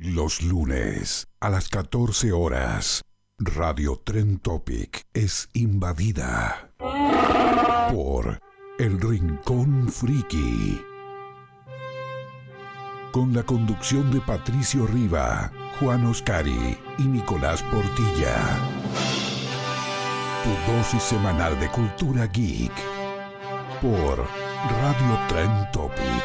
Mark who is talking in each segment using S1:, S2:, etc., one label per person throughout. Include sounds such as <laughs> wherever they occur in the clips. S1: Los lunes a las 14 horas, Radio Tren Topic es invadida por El Rincón Friki. Con la conducción de Patricio Riva, Juan Oscari y Nicolás Portilla. Tu dosis semanal de cultura geek por Radio Tren Topic.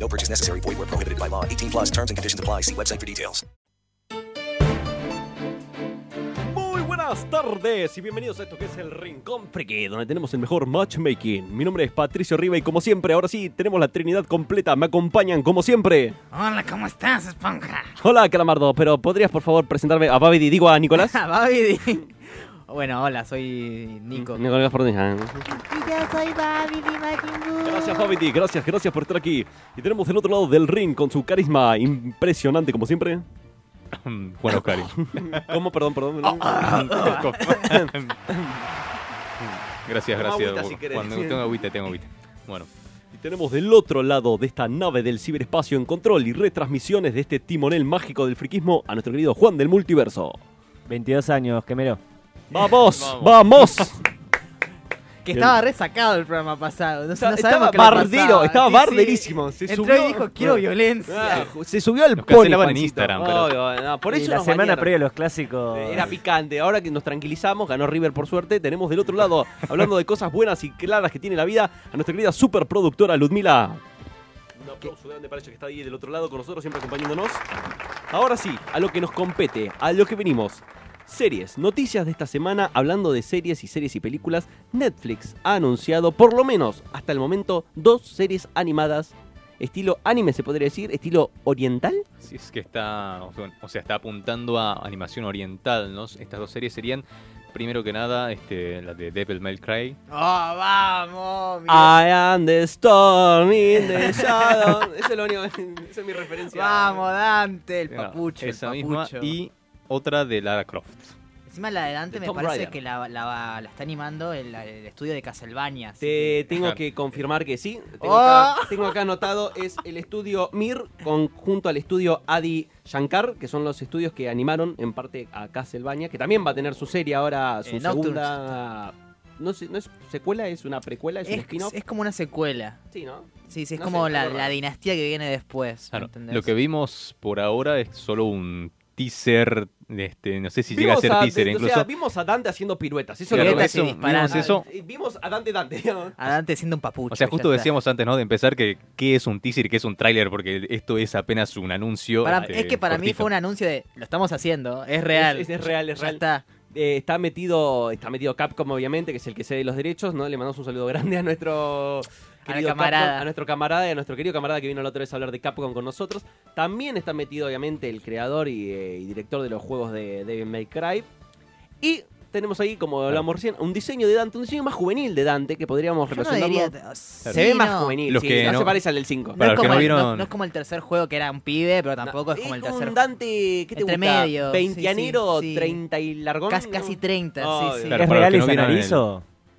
S2: No purchase necessary. Void where prohibited by law. 18 plus terms and conditions apply. See website for details.
S3: Muy buenas tardes y bienvenidos a esto que es el Rincón Friki, donde tenemos el mejor matchmaking. Mi nombre es Patricio Riva y como siempre, ahora sí, tenemos la Trinidad completa. Me acompañan como siempre.
S4: Hola, ¿cómo estás, Esponja?
S3: Hola, Calamardo, pero ¿podrías por favor presentarme a Babidi? Digo a
S4: <laughs>
S3: Nicolás.
S4: Ah, Babi. Bueno, hola, soy Nico.
S3: Nicolás Fortín.
S5: Y yo soy Babi
S3: Gracias, Babidi. Gracias, gracias por estar aquí. Y tenemos del otro lado del ring con su carisma impresionante, como siempre.
S6: <laughs> Juan Oscari.
S3: <laughs> ¿Cómo? Perdón, perdón.
S4: Oh,
S6: gracias,
S3: Toma
S6: gracias.
S3: agüita si querés.
S6: Cuando tengo agüita, tengo agüita. Bueno,
S3: Y tenemos del otro lado de esta nave del ciberespacio en control y retransmisiones de este timonel mágico del friquismo a nuestro querido Juan del Multiverso.
S4: 22 años, quemero.
S3: ¡Vamos! ¡Vamos!
S4: <laughs> Que estaba resacado el programa pasado. No, sé- no
S3: Estaba-
S4: sabemos
S3: estaba
S4: qué le
S3: bardero,
S4: pasaba.
S3: estaba barderísimo. Se
S4: Entró
S3: subió- Ah,
S4: y dijo,
S3: <laughs>
S4: quiero violencia.
S3: se subió al
S6: Nos
S3: pony.
S6: cancelaban en
S3: Juancito.
S6: Instagram,
S3: Ay,
S6: pero-
S3: ay, no, por
S4: Y
S3: eso
S4: la
S3: nos
S4: semana
S3: bañaron.
S4: previa los clásicos.
S3: Eh, Era picante. Ahora que nos tranquilizamos, ganó River por suerte. Tenemos del otro
S4: <laughs>
S3: lado, hablando de cosas buenas y claras que tiene la vida, a nuestra querida superproductora Ludmila. Un aplauso grande para ella que está ahí del otro lado con nosotros, siempre acompañándonos. Ahora sí, a lo que nos compete, a lo que venimos. Series, noticias de esta semana, hablando de series y series y películas, Netflix ha anunciado, por lo menos hasta el momento, dos series animadas, estilo anime se podría decir, estilo oriental.
S6: si es que está, o sea, o sea, está apuntando a animación oriental,
S4: Ah,
S6: ¿no? Estas dos series serían, primero que nada, este, la de Devil May Cry.
S4: Oh, vamos. mira.
S3: I am the storm in <laughs> the shadow. Eso es lo único, esa es mi referencia.
S4: Vamos, Dante, el
S6: Era
S4: papucho. el
S6: esa
S4: papucho.
S6: misma. Y otra de Lara Croft.
S4: Encima la de Dante
S3: De
S4: me
S3: Tomb
S4: parece
S3: Raider.
S4: que la, la- la está animando el, el estudio de Castlevania. así
S3: Te
S4: que-
S3: tengo
S6: Claro.
S3: que confirmar que sí. Tengo,
S4: Oh.
S3: acá, tengo acá anotado, es el estudio Mir con- junto al estudio Adi Shankar, que son los estudios que animaron en parte a Castlevania, que también va a tener su serie ahora, su
S4: Eh,
S3: segunda... No, sé, no es secuela, es una precuela, es, un
S4: Es,
S3: spin-off.
S4: es como una secuela.
S3: Sí, ¿no?
S4: Sí, sí, es
S3: No
S4: como
S3: sé,
S4: la,
S3: algo
S4: la
S3: raro.
S4: dinastía que viene después.
S6: Claro,
S4: ¿entendés?
S6: lo que vimos por ahora es solo un teaser, este, no sé si llega a ser
S3: Vimos
S6: teaser,
S3: o
S6: incluso.
S3: sea, vimos a Dante haciendo piruetas. Eso
S6: Claro,
S3: es lo que
S4: Piruetas
S6: eso,
S4: y disparando.
S6: vimos eso.
S3: Eh, Vimos a Dante Dante.
S4: A Dante siendo un papucho.
S6: O sea,
S4: ya
S6: justo
S4: está.
S6: decíamos antes, ¿no? De empezar que qué es un teaser y qué es un tráiler, porque esto es apenas un anuncio.
S4: Para-
S6: este,
S4: es que para mí
S6: cortito.
S4: fue un anuncio de lo estamos haciendo, es real.
S3: Es- es- es real, es
S4: Ya
S3: real.
S4: está.
S3: Eh, está metido está metido Capcom obviamente que es el que cede los derechos no le mandamos un saludo grande a nuestro
S4: Al
S3: querido
S4: camarada.
S3: Capcom, a nuestro camarada y a nuestro querido camarada que vino la otra vez a hablar de Capcom con nosotros también está metido obviamente el creador y, eh, y director de los juegos de Devil May Cry y tenemos ahí, como hablamos recién, un diseño de Dante, un diseño más juvenil de Dante que podríamos
S7: Yo no
S3: relacionarlo.
S7: diría de-
S3: se
S7: sí,
S3: ve más
S7: no.
S3: juvenil,
S6: Los
S3: sí,
S6: que
S3: no,
S6: no-
S3: se parece al del 5.
S7: No es, como, el- no- no es como el tercer juego que era un pibe, pero tampoco es como el
S3: un
S7: tercer.
S3: Dante, ¿qué te
S7: Entre
S3: gusta?
S7: medio, sí,
S3: ¿Veintianero,
S7: sí, sí.
S3: treinta y largón?
S7: Casi, casi 30,
S3: Obvio.
S7: sí, sí.
S6: Claro, para los que no vieron el-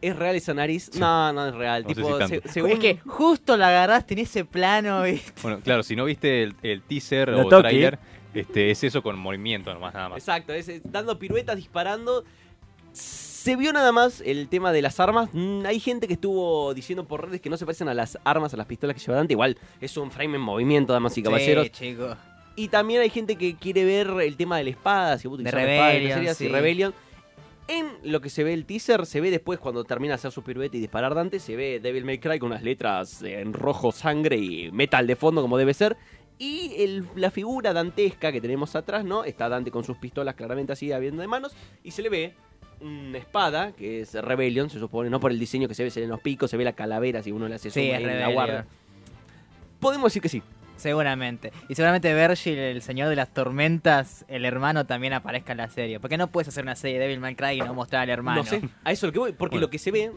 S3: ¿Es real esa nariz? No, no es real.
S6: No sé
S3: tipo,
S6: si tanto.
S3: se-
S6: Pero
S3: según...
S7: Es que justo la agarraste en ese
S3: <laughs>
S7: plano, ¿viste?
S6: Bueno, claro, si no viste el, el teaser
S8: No
S6: o
S8: toque.
S6: trailer, este, es eso con movimiento nomás, nada más.
S3: Exacto, es, es dando piruetas, disparando. Se vio nada más el tema de las armas. Mm, hay gente que estuvo diciendo por redes que no se parecen a las armas, a las pistolas que lleva Dante. Igual es un frame en movimiento, damas y caballeros.
S7: Sí, chico.
S3: Y también hay gente que quiere ver el tema de la espada, si vos utilizás
S7: De
S3: la espada,
S7: Rebellion,
S3: sería así,
S7: sí.
S3: Rebellion. En lo que se ve el teaser, se ve después cuando termina de hacer su pirueta y disparar Dante, se ve Devil May Cry con unas letras eh, en rojo sangre y metal de fondo como debe ser. Y el- la figura dantesca que tenemos atrás, ¿no? Está Dante con sus pistolas claramente así, habiendo de manos, y se le ve una espada, que es Rebellion, se supone, no por el diseño que se ve, se ven los picos, se ve la calavera si uno le hace
S7: Sí,
S3: zoom
S7: es
S3: ahí en la
S7: Rebellion.
S3: guardia. Podemos decir que sí.
S7: Seguramente. Y seguramente Virgil, el señor de las tormentas, el hermano, también aparezca en la serie. Porque no puedes hacer una serie de Devil May Cry y no mostrar al hermano.
S3: No sé, a eso es lo que voy, porque lo que se ve,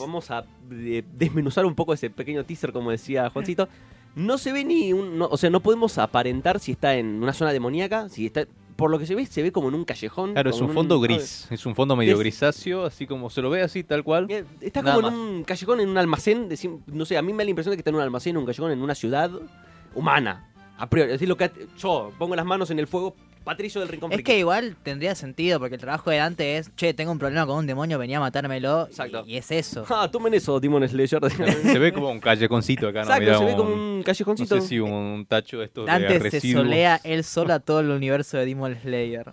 S3: vamos a eh, desmenuzar un poco ese pequeño teaser, como decía Juancito. No se ve ni un. no- o sea, no podemos aparentar si está en una zona demoníaca, si está. Por lo que se ve, se ve como en un callejón.
S6: Claro, es
S3: como
S6: un
S3: en
S6: fondo gris, es un fondo medio
S3: Es-
S6: grisáceo, así como se lo ve así, tal cual.
S3: Eh, Está
S6: Nada
S3: como en un callejón, en un almacén. de sim- no sé, a mí me da la impresión de que está en un almacén, en un callejón, en una ciudad humana. A priori, es decir, lo que. Yo pongo las manos en el fuego, Patricio del Rincón
S7: Es
S3: Friki.
S7: que igual tendría sentido, porque el trabajo de Dante es, che, tengo un problema con un demonio, venía a matármelo. Y, y es eso.
S3: <laughs> Ah, tomen eso, Demon Slayer. <laughs>
S6: Se ve como un callejoncito acá, ¿no?
S7: Exacto,
S6: Mirá,
S7: se ve
S3: como un callejoncito.
S6: No sé si un tacho de estos de
S7: Dante se
S6: residuos. <laughs>
S7: solea él solo a todo el universo de Demon Slayer.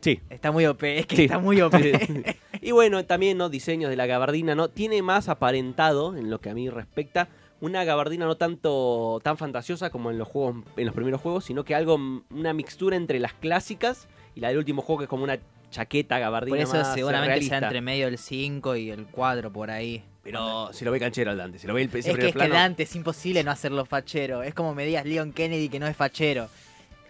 S3: Sí.
S7: Está muy OP, es que
S3: Sí.
S7: está muy OP. <laughs>
S3: Y bueno, también, ¿no? Diseños de la gabardina, ¿no? Tiene más aparentado, en lo que a mí respecta, una gabardina no tanto tan fantasiosa como en los juegos, en los primeros juegos, sino que algo, una mixtura entre las clásicas y la del último juego, que es como una chaqueta gabardina
S7: Por eso
S3: más, eh,
S7: seguramente
S3: realista.
S7: sea entre medio el 5 y el 4 por ahí.
S3: Pero se lo ve canchero al Dante, se lo ve el ese
S7: Es que,
S3: primer
S7: es que
S3: plano.
S7: Dante es imposible no hacerlo fachero. Es como me digas Leon Kennedy que no es fachero.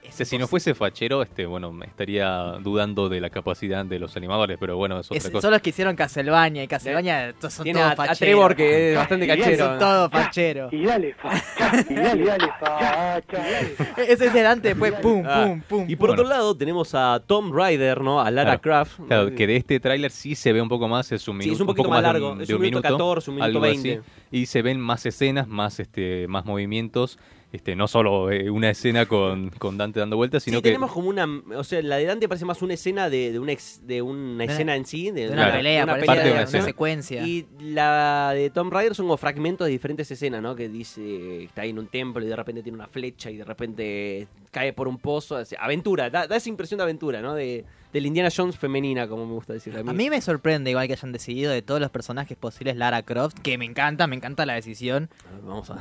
S6: O sea, si no fuese fachero, este, bueno, me estaría dudando de la capacidad de los animadores, pero bueno, es otra
S7: Es-
S6: cosa.
S7: son los que hicieron Castlevania y Castlevania to- son
S3: Tiene
S7: todos
S3: a- a
S7: facheros.
S3: Trevor, que es bastante canchero,
S7: Son
S3: ¿no?
S7: todos facheros.
S9: Y
S7: <laughs>
S9: dale, facha, y dale, dale, facha.
S7: E-, Ese es el Dante después, pum,
S3: Ah,
S7: pum, pum.
S3: Y por
S7: pum.
S3: otro lado tenemos a Tom Ryder, ¿no? A Lara
S6: Claro.
S3: Croft.
S6: Claro, que de este tráiler sí se ve un poco más, es un
S3: Sí,
S6: minuto,
S3: es un poquito
S6: poco
S3: más
S6: de
S3: largo,
S6: un-
S3: es
S6: de
S3: un minuto 14, un minuto
S6: algo así.
S3: 20.
S6: y se ven más escenas, más este más movimientos, este no solo eh, una escena con, con Dante dando vueltas, sino
S3: Sí,
S6: que
S3: tenemos como una. O sea, la de Dante parece más una escena de, de una, ex- de una escena en sí. De,
S7: de una Claro. pelea, parece
S6: Parte de una
S3: ¿no?
S6: escena.
S7: secuencia.
S3: Y la de Tom Raider son como fragmentos de diferentes escenas, ¿no? Que dice. Está ahí en un templo y de repente tiene una flecha y de repente cae por un pozo. así, aventura, da, da esa impresión de aventura, ¿no? De, de la Indiana Jones femenina, como me gusta decirle a mí.
S7: A mí me sorprende igual que hayan decidido de todos los personajes posibles Lara Croft, que me encanta, me encanta la decisión.
S3: Vamos a.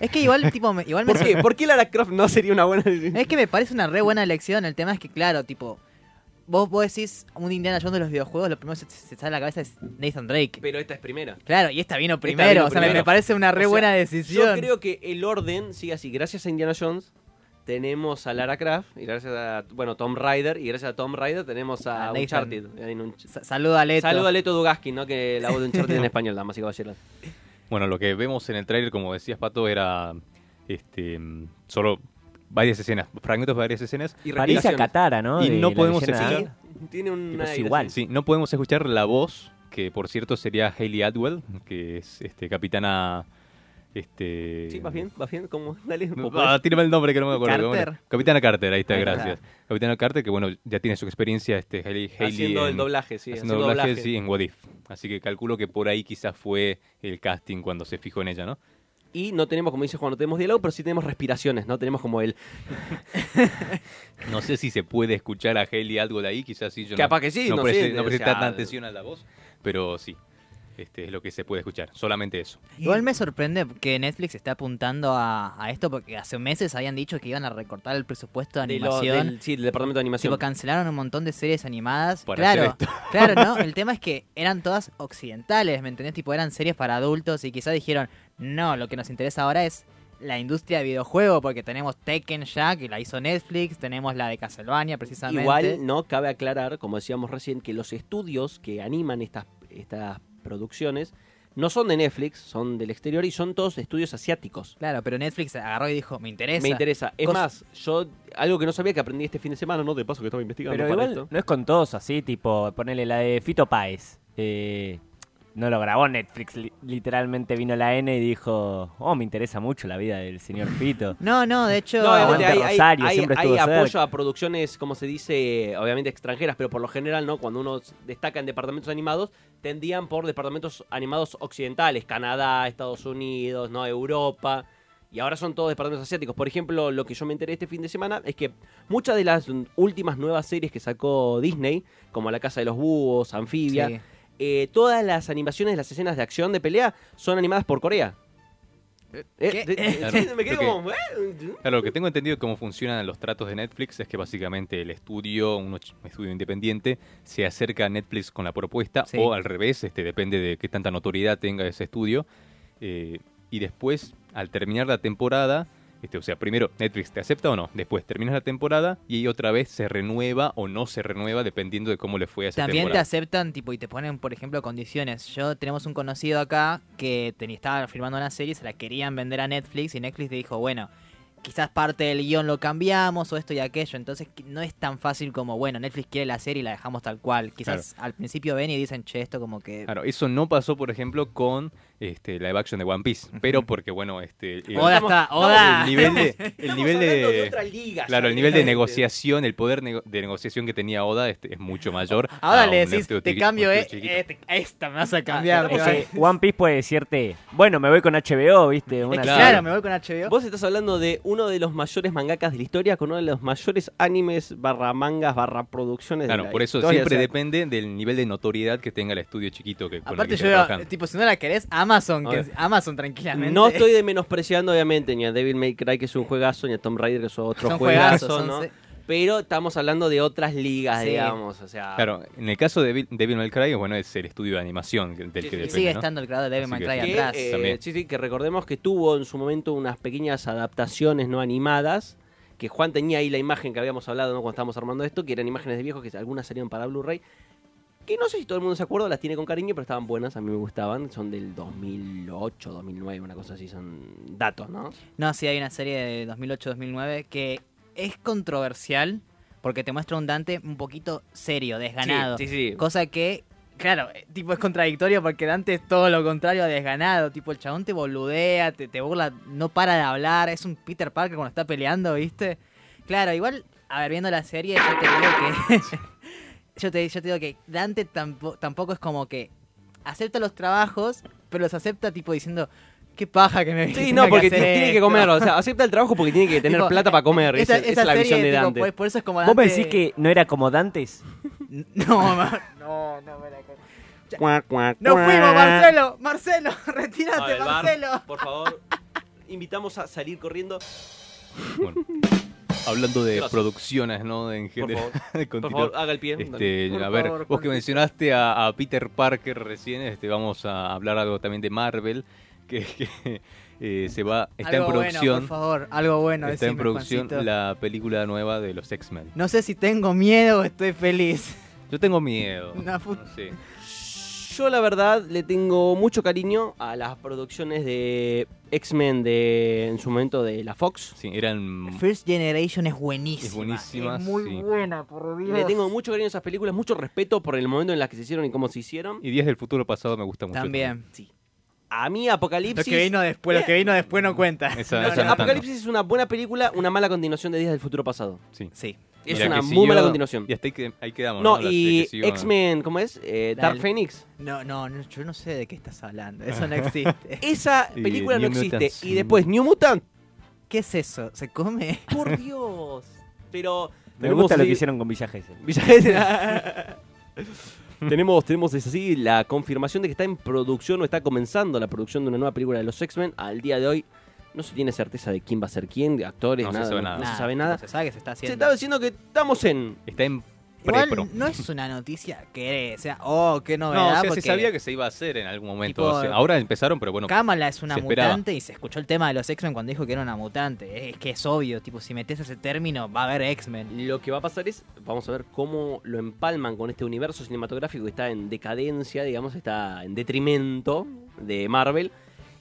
S7: Es que igual, tipo, me- igual me
S3: ¿Por qué? ¿Por qué Lara Croft no sería una buena decisión?
S7: Es que me parece una re buena elección. El tema es que, claro, tipo, vos, vos decís un Indiana Jones de los videojuegos, lo primero que se, se sale a la cabeza es Nathan Drake.
S3: Pero esta es primera.
S7: Claro, y esta vino
S3: Esta
S7: primero.
S3: vino
S7: o sea, me-
S3: primero.
S7: me parece una re
S3: O sea,
S7: buena decisión.
S3: Yo creo que el orden sigue así. Gracias a Indiana Jones tenemos a Lara Croft y gracias a bueno Tom Ryder y gracias a Tom Ryder tenemos a,
S7: A Nathan.
S3: Uncharted.
S7: Saludo a Leto.
S3: Saludo a Leto Dugaskin, ¿no? Que la voz de
S8: <laughs>
S3: Uncharted en español, damas y caballeros.
S6: Bueno, lo que vemos en el tráiler, como decías, Pato, era este mm, solo varias escenas, fragmentos de varias escenas.
S3: Y Parece a
S8: Katara, ¿no?
S6: Y
S8: De
S6: no
S8: la
S6: podemos
S8: leyenda de
S6: escuchar...
S8: Aang.
S3: ¿Ah? Tiene una
S8: es igual.
S6: Sí, no podemos escuchar la voz, que por cierto sería Hayley Atwell, que es este, capitana... Este,
S3: Sí, vas bien, vas bien, como dale. pues
S6: No,
S3: vos podés.
S6: ah, tírame el nombre que no me acuerdo. pero bueno.
S3: Carter.
S6: Capitana Carter, ahí está,
S3: Ahí está.
S6: gracias. Capitana Carter, que bueno, ya tiene su experiencia este, Hailey, Hailey
S3: Haciendo el
S6: en-
S3: doblaje, sí,
S6: Haciendo
S3: haciendo
S6: doblaje,
S3: doblaje.
S6: sí, en What If. Así que calculo que por ahí quizás fue el casting cuando se fijó en ella, ¿no?
S3: Y no tenemos, como dice Juan, no tenemos diálogo, pero sí tenemos respiraciones, ¿no? Tenemos como el.
S6: No sé si se puede escuchar a Hailey algo de ahí, quizás sí. Yo
S3: Capaz
S6: no,
S3: que sí,
S6: no,
S3: no
S6: presté-
S3: sé,
S6: no
S3: o
S6: presté
S3: sea,
S6: tanta atención a la voz, pero sí. Este es lo que se puede escuchar, solamente eso.
S7: Igual me sorprende que Netflix esté apuntando a, a esto porque hace meses habían dicho que iban a recortar el presupuesto de
S3: de lo-
S7: animación.
S3: del- sí, del departamento de animación.
S7: Tipo, cancelaron un montón de series animadas.
S3: Para
S7: claro,
S3: hacer esto.
S7: <laughs> claro,
S3: <laughs>
S7: ¿no? El tema es que eran todas occidentales, ¿me entendés? Tipo, eran series para adultos y quizás dijeron, no, lo que nos interesa ahora es la industria de videojuego, porque tenemos Tekken ya, que la hizo Netflix, tenemos la de Castlevania, precisamente.
S3: Igual no cabe aclarar, como decíamos recién, que los estudios que animan estas, estas producciones no son de Netflix, son del exterior y son todos estudios asiáticos.
S7: Claro, pero Netflix agarró y dijo, me interesa.
S3: Me interesa. Es
S7: Cos-
S3: más, yo algo que no sabía que aprendí este fin de semana, ¿no? De paso que estaba investigando
S10: Pero
S3: para
S10: igual
S3: esto.
S10: no es con todos así, tipo, ponele la de Fito Páez. Eh, no lo grabó Netflix, li- literalmente vino la N y dijo, oh, me interesa mucho la vida del señor Fito.
S7: No, no, de hecho...
S3: No,
S10: Aguante
S3: obviamente hay, hay-
S10: Rosario,
S3: hay-
S10: siempre
S3: hay
S10: estuvo cerca.
S3: apoyo a producciones, como se dice, obviamente extranjeras, pero por lo general, ¿no? Cuando uno s- destaca en departamentos animados, tendían por departamentos animados occidentales, Canadá, Estados Unidos, ¿no? Europa. Y ahora son todos departamentos asiáticos. Por ejemplo, lo que yo me enteré este fin de semana es que muchas de las mm, últimas nuevas series que sacó Disney, como La Casa de los Búhos, Anfibia,
S7: Sí.
S3: eh, todas las animaciones de las escenas de acción de pelea son animadas por Corea. Eh, de- de-
S6: Claro,
S3: me quedé
S6: creo que-
S3: como, ¿eh?
S6: Claro, lo que tengo entendido de cómo funcionan los tratos de Netflix es que básicamente el estudio, un och- un estudio independiente, se acerca a Netflix con la propuesta
S7: Sí.
S6: o al revés, este, depende de qué tanta notoriedad tenga ese estudio. eh, y después, al terminar la temporada, este, o sea, primero Netflix te acepta o no, después terminas la temporada y ahí otra vez se renueva o no se renueva dependiendo de cómo le fue a esa
S7: También te
S6: temporada.
S7: aceptan, tipo, y te ponen, por ejemplo, condiciones. Yo tenemos un conocido acá que tenía, estaba firmando una serie, se la querían vender a Netflix y Netflix le dijo, bueno, quizás parte del guión lo cambiamos o esto y aquello. Entonces qui- no es tan fácil como, bueno, Netflix quiere la serie y la dejamos tal cual. Quizás al principio ven y dicen, che, esto como que...
S6: Claro, eso no pasó, por ejemplo, con este, la live action de One Piece, pero porque, bueno, este... el-
S7: Oda está- Oda.
S6: El
S7: <laughs>
S6: nivel de...
S7: Estamos-
S6: El
S7: estamos
S6: nivel
S7: hablando
S6: de,
S7: de otra liga,
S6: claro,
S7: ya,
S6: el nivel de
S7: directamente.
S6: negociación, el poder nego- de negociación que tenía Oda este, es mucho mayor.
S7: <laughs>
S3: Ah,
S7: Ahora
S6: a
S7: le
S6: un
S7: Ah, decís,
S6: estudio
S7: te
S6: chiqui-
S7: cambio
S6: un
S7: eh,
S6: estudio chiquito.
S7: este- esta, me vas a
S10: Ah,
S7: cambiar.
S10: Es
S7: me vas a-
S10: que <laughs> One Piece puede decirte, bueno, me voy con HBO, ¿viste? Una serie.
S7: me voy con HBO.
S3: Vos estás hablando de uno de los mayores mangakas de la historia con uno de los mayores animes barra mangas barra producciones de
S6: Claro,
S3: la
S6: por eso
S3: historia,
S6: siempre
S3: o sea,
S6: depende del nivel de notoriedad que tenga el estudio chiquito que, con el que
S7: Aparte
S6: esté
S7: yo,
S6: trabajando.
S7: tipo, si no la querés, Amazon,
S3: A
S7: que
S3: ver.
S7: Amazon tranquilamente.
S3: No estoy de menospreciando, obviamente, ni a Devil May Cry, que es un juegazo, ni a Tomb Raider, que es otro
S7: Son
S3: juegazo,
S7: juegazos, son
S3: ¿no?
S7: se-
S3: Pero estamos hablando de otras ligas,
S7: Sí.
S3: digamos, o
S7: ah.
S3: sea...
S6: Claro, en el caso de Devil- Devil May Cry, bueno, es el estudio de animación que- del que depende,
S7: sigue
S6: ¿no?
S7: estando el creador de Devil
S6: Así
S7: May
S6: que-
S7: Cry
S3: que,
S7: atrás.
S3: eh,
S6: También.
S3: sí, sí, que recordemos que tuvo en su momento unas pequeñas adaptaciones no animadas, que Juan tenía ahí la imagen que habíamos hablado ¿no? cuando estábamos armando esto, que eran imágenes de viejos que algunas salieron para Blu-ray, que no sé si todo el mundo se acuerda, las tiene con cariño, pero estaban buenas, a mí me gustaban, son del 2008, 2009, una cosa así, son datos, ¿no?
S7: No, sí, hay una serie de 2008-2009 que es controversial porque te muestra un Dante un poquito serio, desganado.
S3: Sí, sí, sí.
S7: Cosa que, claro, eh, tipo es contradictorio porque Dante es todo lo contrario a desganado. Tipo, el chabón te boludea, te, te burla, no para de hablar. Es un Peter Parker cuando está peleando, ¿viste? Claro, igual, a ver, viendo la serie, yo te digo que. <laughs> yo, te, yo te digo que Dante tampo- tampoco es como que acepta los trabajos, pero los acepta tipo diciendo. Qué paja que me <laughs>
S3: Sí,
S7: tenga
S3: no, porque
S7: hacer
S3: tiene tiene que
S7: esto".
S3: comer,
S7: <laughs>
S3: o sea, acepta el trabajo porque tiene que tener
S7: Tipo,
S3: plata para comer,
S7: esa-
S3: esa, esa
S7: esa
S3: es la
S7: serie,
S3: visión de
S7: tipo,
S3: Dante.
S7: por- por eso es como
S10: ¿Vos me
S7: Dante-
S10: decís que no era como Dantes?
S7: <laughs> No,
S10: <laughs>
S7: ma- no, no, me la- ¡No fuimos, Marcelo! ¡Marcelo! <laughs>
S3: A
S7: ¡Retírate,
S3: ver, Bar,
S7: Marcelo!
S3: por favor, invitamos a salir corriendo.
S6: Hablando de
S3: Gracias.
S6: producciones, ¿no? En general. <laughs>
S3: favor. Por
S6: continuar.
S3: favor, haga el pie,
S6: Este,
S3: dale. Por
S6: a ver,
S3: favor,
S6: vos que
S3: Juan.
S6: mencionaste a, a Peter Parker recién, este, vamos a hablar algo también de Marvel, <laughs> que, que, eh, se va, está
S7: Algo
S6: en
S7: bueno,
S6: producción.
S7: por favor, algo bueno,
S6: Está en
S7: decime,
S6: producción
S7: Juancito.
S6: la película nueva de los X-Men.
S7: No sé si tengo miedo o estoy feliz.
S6: Yo tengo
S7: <laughs>
S6: miedo.
S7: Una fu-
S6: no sé.
S3: Yo la verdad le tengo mucho cariño a las producciones de X-Men de en su momento de la Fox.
S6: Sí, eran
S7: First Generation es buenísima.
S6: Es buenísima,
S7: Es muy
S6: sí.
S7: buena, por Dios.
S3: Le tengo mucho cariño a esas películas, mucho respeto por el momento en las que se hicieron y cómo se hicieron.
S6: Y Días del Futuro Pasado me gusta mucho.
S7: También.
S3: Sí. A mí
S7: Lo
S3: Apocalipsis
S7: que vino después, lo que vino después no cuenta. <laughs>
S6: Esa-
S3: No,
S6: esa
S3: no,
S6: no tanto.
S3: Apocalipsis es una buena película, una mala continuación de Días del Futuro Pasado.
S6: Sí.
S7: Sí.
S3: Es
S6: Y la
S3: una
S6: que
S3: muy
S6: siguió-
S3: mala continuación.
S6: Y hasta ahí, que- ahí quedamos.
S3: No,
S6: La- la
S3: y
S6: que siguió-
S3: X-Men, ¿cómo es? Eh,
S7: La
S3: Dark
S7: del-
S3: Phoenix.
S7: No, no, no, yo no sé de qué estás hablando. Eso no existe.
S3: <laughs> Esa
S6: Y
S3: película no
S6: New
S3: existe.
S6: Mutants.
S3: Y después New Mutant.
S7: ¿Qué es eso? ¿Se come? <laughs>
S3: Por Dios. Pero
S10: Me
S3: tenemos,
S10: gusta lo
S3: eh,
S10: que hicieron con Villa Gesell.
S6: <laughs>
S3: Villa Gesell. tenemos, tenemos es así la confirmación de que está en producción o está comenzando la producción de una nueva película de los X-Men. Al día de hoy no se tiene certeza de quién va a ser quién, de actores,
S6: No se
S3: nada,
S6: sabe
S3: no-
S6: nada.
S3: no se
S6: Nada,
S3: sabe nada.
S7: Se sabe que se está haciendo.
S3: Se está diciendo que estamos en
S6: Está en
S7: Igual
S6: Este prepro.
S7: no es una noticia que sea, oh, qué
S6: No,
S7: novedad.
S6: o sea,
S7: porque
S6: se sabía que se iba a hacer en algún momento.
S7: Tipo,
S6: o sea, ahora empezaron, pero bueno.
S7: Kamala es una
S6: se esperaba.
S7: mutante y se escuchó el tema de los X-Men cuando dijo que era una mutante. Es que es obvio, tipo, si metes ese término va a haber X-Men.
S3: Lo que va a pasar es, vamos a ver cómo lo empalman con este universo cinematográfico que está en decadencia, digamos, está en detrimento de Marvel.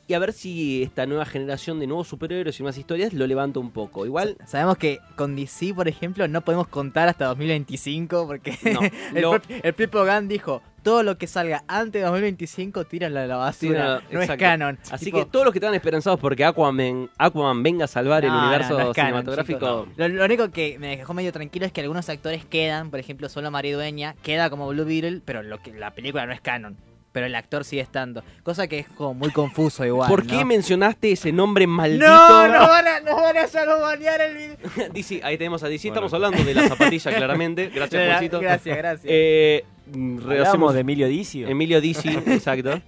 S3: Y a ver si esta nueva generación de nuevos superhéroes y más historias lo levanta un poco. Igual
S7: Sabemos que con DC, por ejemplo, no podemos contar hasta 2025 porque
S3: No,
S7: <laughs> el,
S3: lo-
S7: prop- el Pipo Gunn dijo, todo lo que salga antes de 2025 tíralo a la basura,
S3: Sí,
S7: no, es
S3: exacto.
S7: canon.
S3: Así
S7: Tipo,
S3: que todos los que estaban esperanzados porque Aquaman, Aquaman venga a salvar el
S7: No, no,
S3: universo
S7: no es canon,
S3: cinematográfico.
S7: chicos, no. Lo, lo único que me dejó medio tranquilo es que algunos actores quedan, por ejemplo, solo Maridueña queda como Blue Beetle, pero lo que, la película no es canon. Pero el actor sigue estando. Cosa que es como muy confuso igual.
S3: ¿Por qué
S7: ¿no?
S3: mencionaste ese nombre maldito?
S7: No, no van a, no van a salvaguardear el video.
S3: <laughs> DC, ahí tenemos a DC, estamos hablando de la zapatilla claramente.
S7: <laughs>
S3: Gracias,
S7: Gra-
S3: Juancito.
S7: gracias, gracias.
S3: Eh,
S10: Hablamos
S3: rehacemos-
S10: de Emilio Dicio.
S3: Emilio Dizzy,
S10: <laughs>
S3: exacto.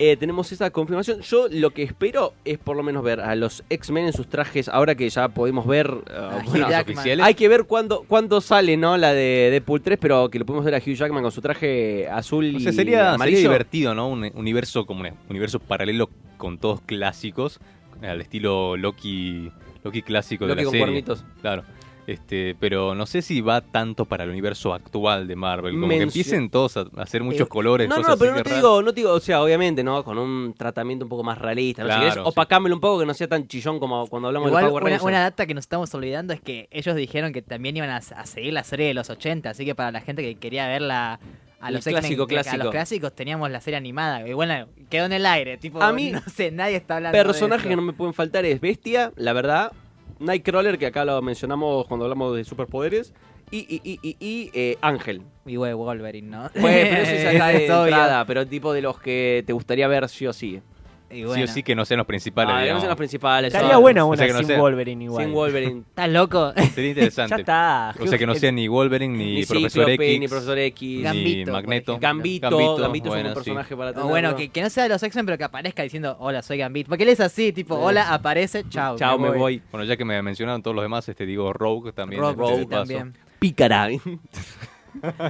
S3: Eh, tenemos esa confirmación. Yo lo que espero es por lo menos ver a los X-Men en sus trajes, ahora que ya podemos ver uh, bueno,
S6: Hugh
S3: los
S6: Jackman.
S3: oficiales. Hay que ver cuándo, cuándo sale, ¿no? La de Deadpool 3, pero que lo podemos ver a Hugh Jackman con su traje azul
S6: O
S3: y
S6: sea, sería, sería
S3: amarillo.
S6: divertido, ¿no? Un universo como un universo paralelo con todos clásicos, al estilo Loki, Loki clásico de
S3: Loki
S6: la
S3: con
S6: serie.
S3: cuernitos.
S6: Claro. Este, pero no sé si va tanto para el universo actual de Marvel, como
S3: Mencio-
S6: que empiecen todos a hacer muchos
S3: Eh,
S6: colores,
S3: No,
S6: cosas
S3: no, pero
S6: así
S3: no te
S6: raras.
S3: digo, no te digo, o sea, obviamente, ¿no? Con un tratamiento un poco más realista, ¿no? Si
S6: Claro,
S3: querés,
S6: sí.
S3: opacámelo un poco que no sea tan chillón como cuando hablamos
S7: Igual
S3: de los Power
S7: una,
S3: Rangers.
S7: una data que nos estamos olvidando es que ellos dijeron que también iban a, a seguir la serie de los 80, así que para la gente que quería verla a
S3: El
S7: los X-Men,
S3: clásico,
S7: que- a
S3: clásico.
S7: los clásicos teníamos la serie animada. Y bueno, quedó en el aire, tipo,
S3: A mí,
S7: no sé, nadie está hablando
S3: Personaje
S7: de
S3: que
S7: eso.
S3: no me pueden faltar es Bestia, la verdad. Nightcrawler, que acá lo mencionamos cuando hablamos de superpoderes. Y, y, y, y, y, eh,
S7: <laughs>
S3: Ángel.
S7: Y bueno, Wolverine, ¿no?
S3: Bueno,
S7: <laughs>
S3: pero eso ya está de
S7: Es obvio.
S3: entrada, pero tipo de los que te gustaría ver sí o sí.
S7: Y
S6: Sí o
S7: bueno.
S6: sí que no sean los principales.
S3: Ah, que no
S6: digamos.
S3: sean los principales,
S10: Estaría
S3: no,
S10: buena
S3: no
S10: una
S6: sé que no
S10: sin
S6: sea.
S10: Wolverine igual.
S3: Sin Wolverine.
S7: ¿Estás
S3: <laughs>
S7: loco?
S6: Sería interesante.
S10: Ya está.
S6: O sea, que no sea ni Wolverine, ni,
S3: Ni
S6: Profesor
S3: Cíclope,
S6: X,
S3: ni Profesor X.
S6: ni
S7: Gambito, por
S6: Magneto.
S3: Gambito, Gambito, es un buen personaje
S7: <laughs>
S3: para
S7: O
S3: tener.
S7: bueno, que, que no sea de los X-Men, pero que aparezca diciendo, hola, soy Gambit. Porque él es así, tipo, hola,
S3: <laughs>
S7: aparece, chao.
S6: Bueno, ya que me mencionaron todos los demás, este digo Rogue también.
S7: Rogue,
S6: este,
S7: sí,
S6: de paso.
S7: también.
S3: Pícara. <laughs>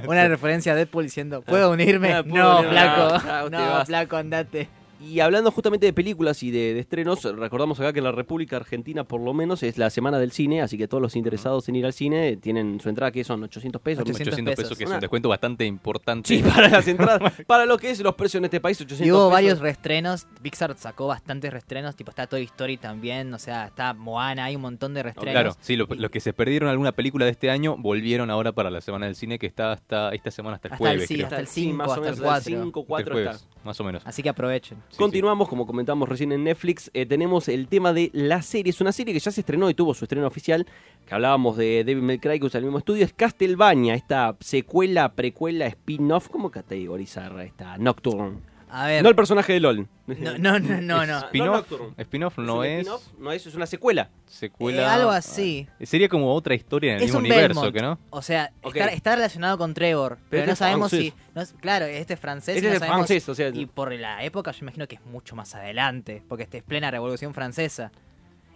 S7: Una referencia a Deadpool diciendo, ¿puedo unirme?
S3: Ah, ¿puedo
S7: no,
S3: unirme? Ah,
S7: flaco.
S3: chao, te
S7: No,
S3: vas.
S7: flaco, andate.
S3: Y hablando justamente de películas y de, de estrenos, recordamos acá que en la República Argentina, por lo menos, es la semana del cine, así que todos los interesados en ir al cine tienen su entrada que son 800 pesos.
S6: 800, pesos, que es un
S3: Una-
S6: descuento bastante importante.
S3: Sí, <laughs> para
S7: <laughs>
S3: las entradas. Para lo que es los precios en este país, 800
S7: Y hubo
S3: pesos.
S7: varios reestrenos. Pixar sacó bastantes reestrenos. Tipo, está Toy Story también. O sea, está Moana. Hay un montón de reestrenos.
S6: Claro, sí, lo- los que se perdieron alguna película de este año volvieron ahora para la semana del cine que está hasta esta semana hasta el
S7: Hasta el
S6: jueves.
S7: sí,
S6: creo.
S7: hasta el
S3: Sí,
S7: 5,
S3: más o
S7: hasta el
S3: menos,
S7: 4.
S3: hasta el 5, 4
S6: jueves,
S3: está.
S6: más o menos.
S7: Así que aprovechen.
S3: Continuamos, como comentamos recién en Netflix, eh, tenemos el tema de la serie. Es una serie que ya se estrenó y tuvo su estreno oficial, que hablábamos de David Cry, que usa el mismo estudio, es Castlevania, esta secuela, precuela, spin-off, ¿cómo categorizar esta Nocturne?
S7: A ver.
S3: No el personaje de LOL.
S7: No, no, no, no, no.
S6: Spin-off
S3: No, Nocturne.
S6: spin-off no
S3: un
S6: es,
S3: spin-off, no es, es una secuela.
S6: secuela.
S7: Eh, algo así.
S6: Ah, Sería como otra historia en el
S7: Es
S6: mismo
S7: un
S6: universo,
S7: Belmont.
S6: ¿que no?
S7: O sea,
S3: Ok.
S7: está, está relacionado con Trevor. Pero,
S3: este
S7: no
S3: es
S7: sabemos
S3: francés.
S7: si. no es- claro, este es francés.
S3: Este
S7: y no
S3: es
S7: sabemos-
S3: francés, o sea-
S7: Y por la época, yo imagino que es mucho más adelante. Porque este es plena revolución francesa.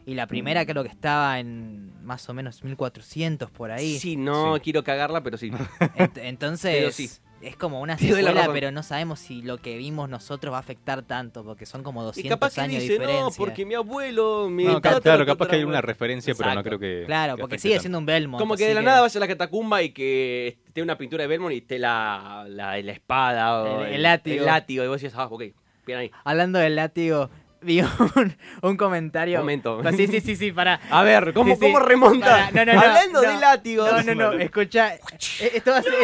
S7: Y la primera creo que estaba en más o menos 1400 por ahí.
S3: Sí, no quiero cagarla,
S6: <laughs>
S3: pero sí.
S7: Ent- entonces,
S3: Pero sí.
S7: es como una
S3: Te doy la
S7: secuela,
S3: razón.
S7: pero no sabemos si lo que vimos nosotros va a afectar tanto, porque son como
S3: Y
S7: 200
S3: capaz que
S7: años de
S3: dice,
S7: diferencia.
S3: no, porque mi abuelo, mi
S6: No, ca-
S3: tatara-
S6: claro, capaz que hay
S3: tatara-
S6: una referencia, pero no
S3: Exacto.
S6: creo que.
S7: Claro,
S6: que
S7: porque
S6: afecte
S7: sigue
S6: tanto.
S7: siendo un Belmont.
S3: Como que
S7: así
S3: de la nada vaya a la catacumba y que esté una pintura de Belmont y esté la, la, la espada o
S7: El- el látigo.
S3: El látigo. Y vos decís, ah, ok, bien ahí.
S7: Hablando del látigo, vi <laughs> un, un comentario. Ah,
S3: Momento.
S7: Sí, sí, sí, sí, para.
S3: <laughs> A ver, ¿cómo- cómo remonta?
S7: Pará, no, no, no,
S3: Hablando de
S7: no.
S3: látigos.
S7: No, no, no,
S3: <laughs>
S7: escucha. Esto va a ser. es-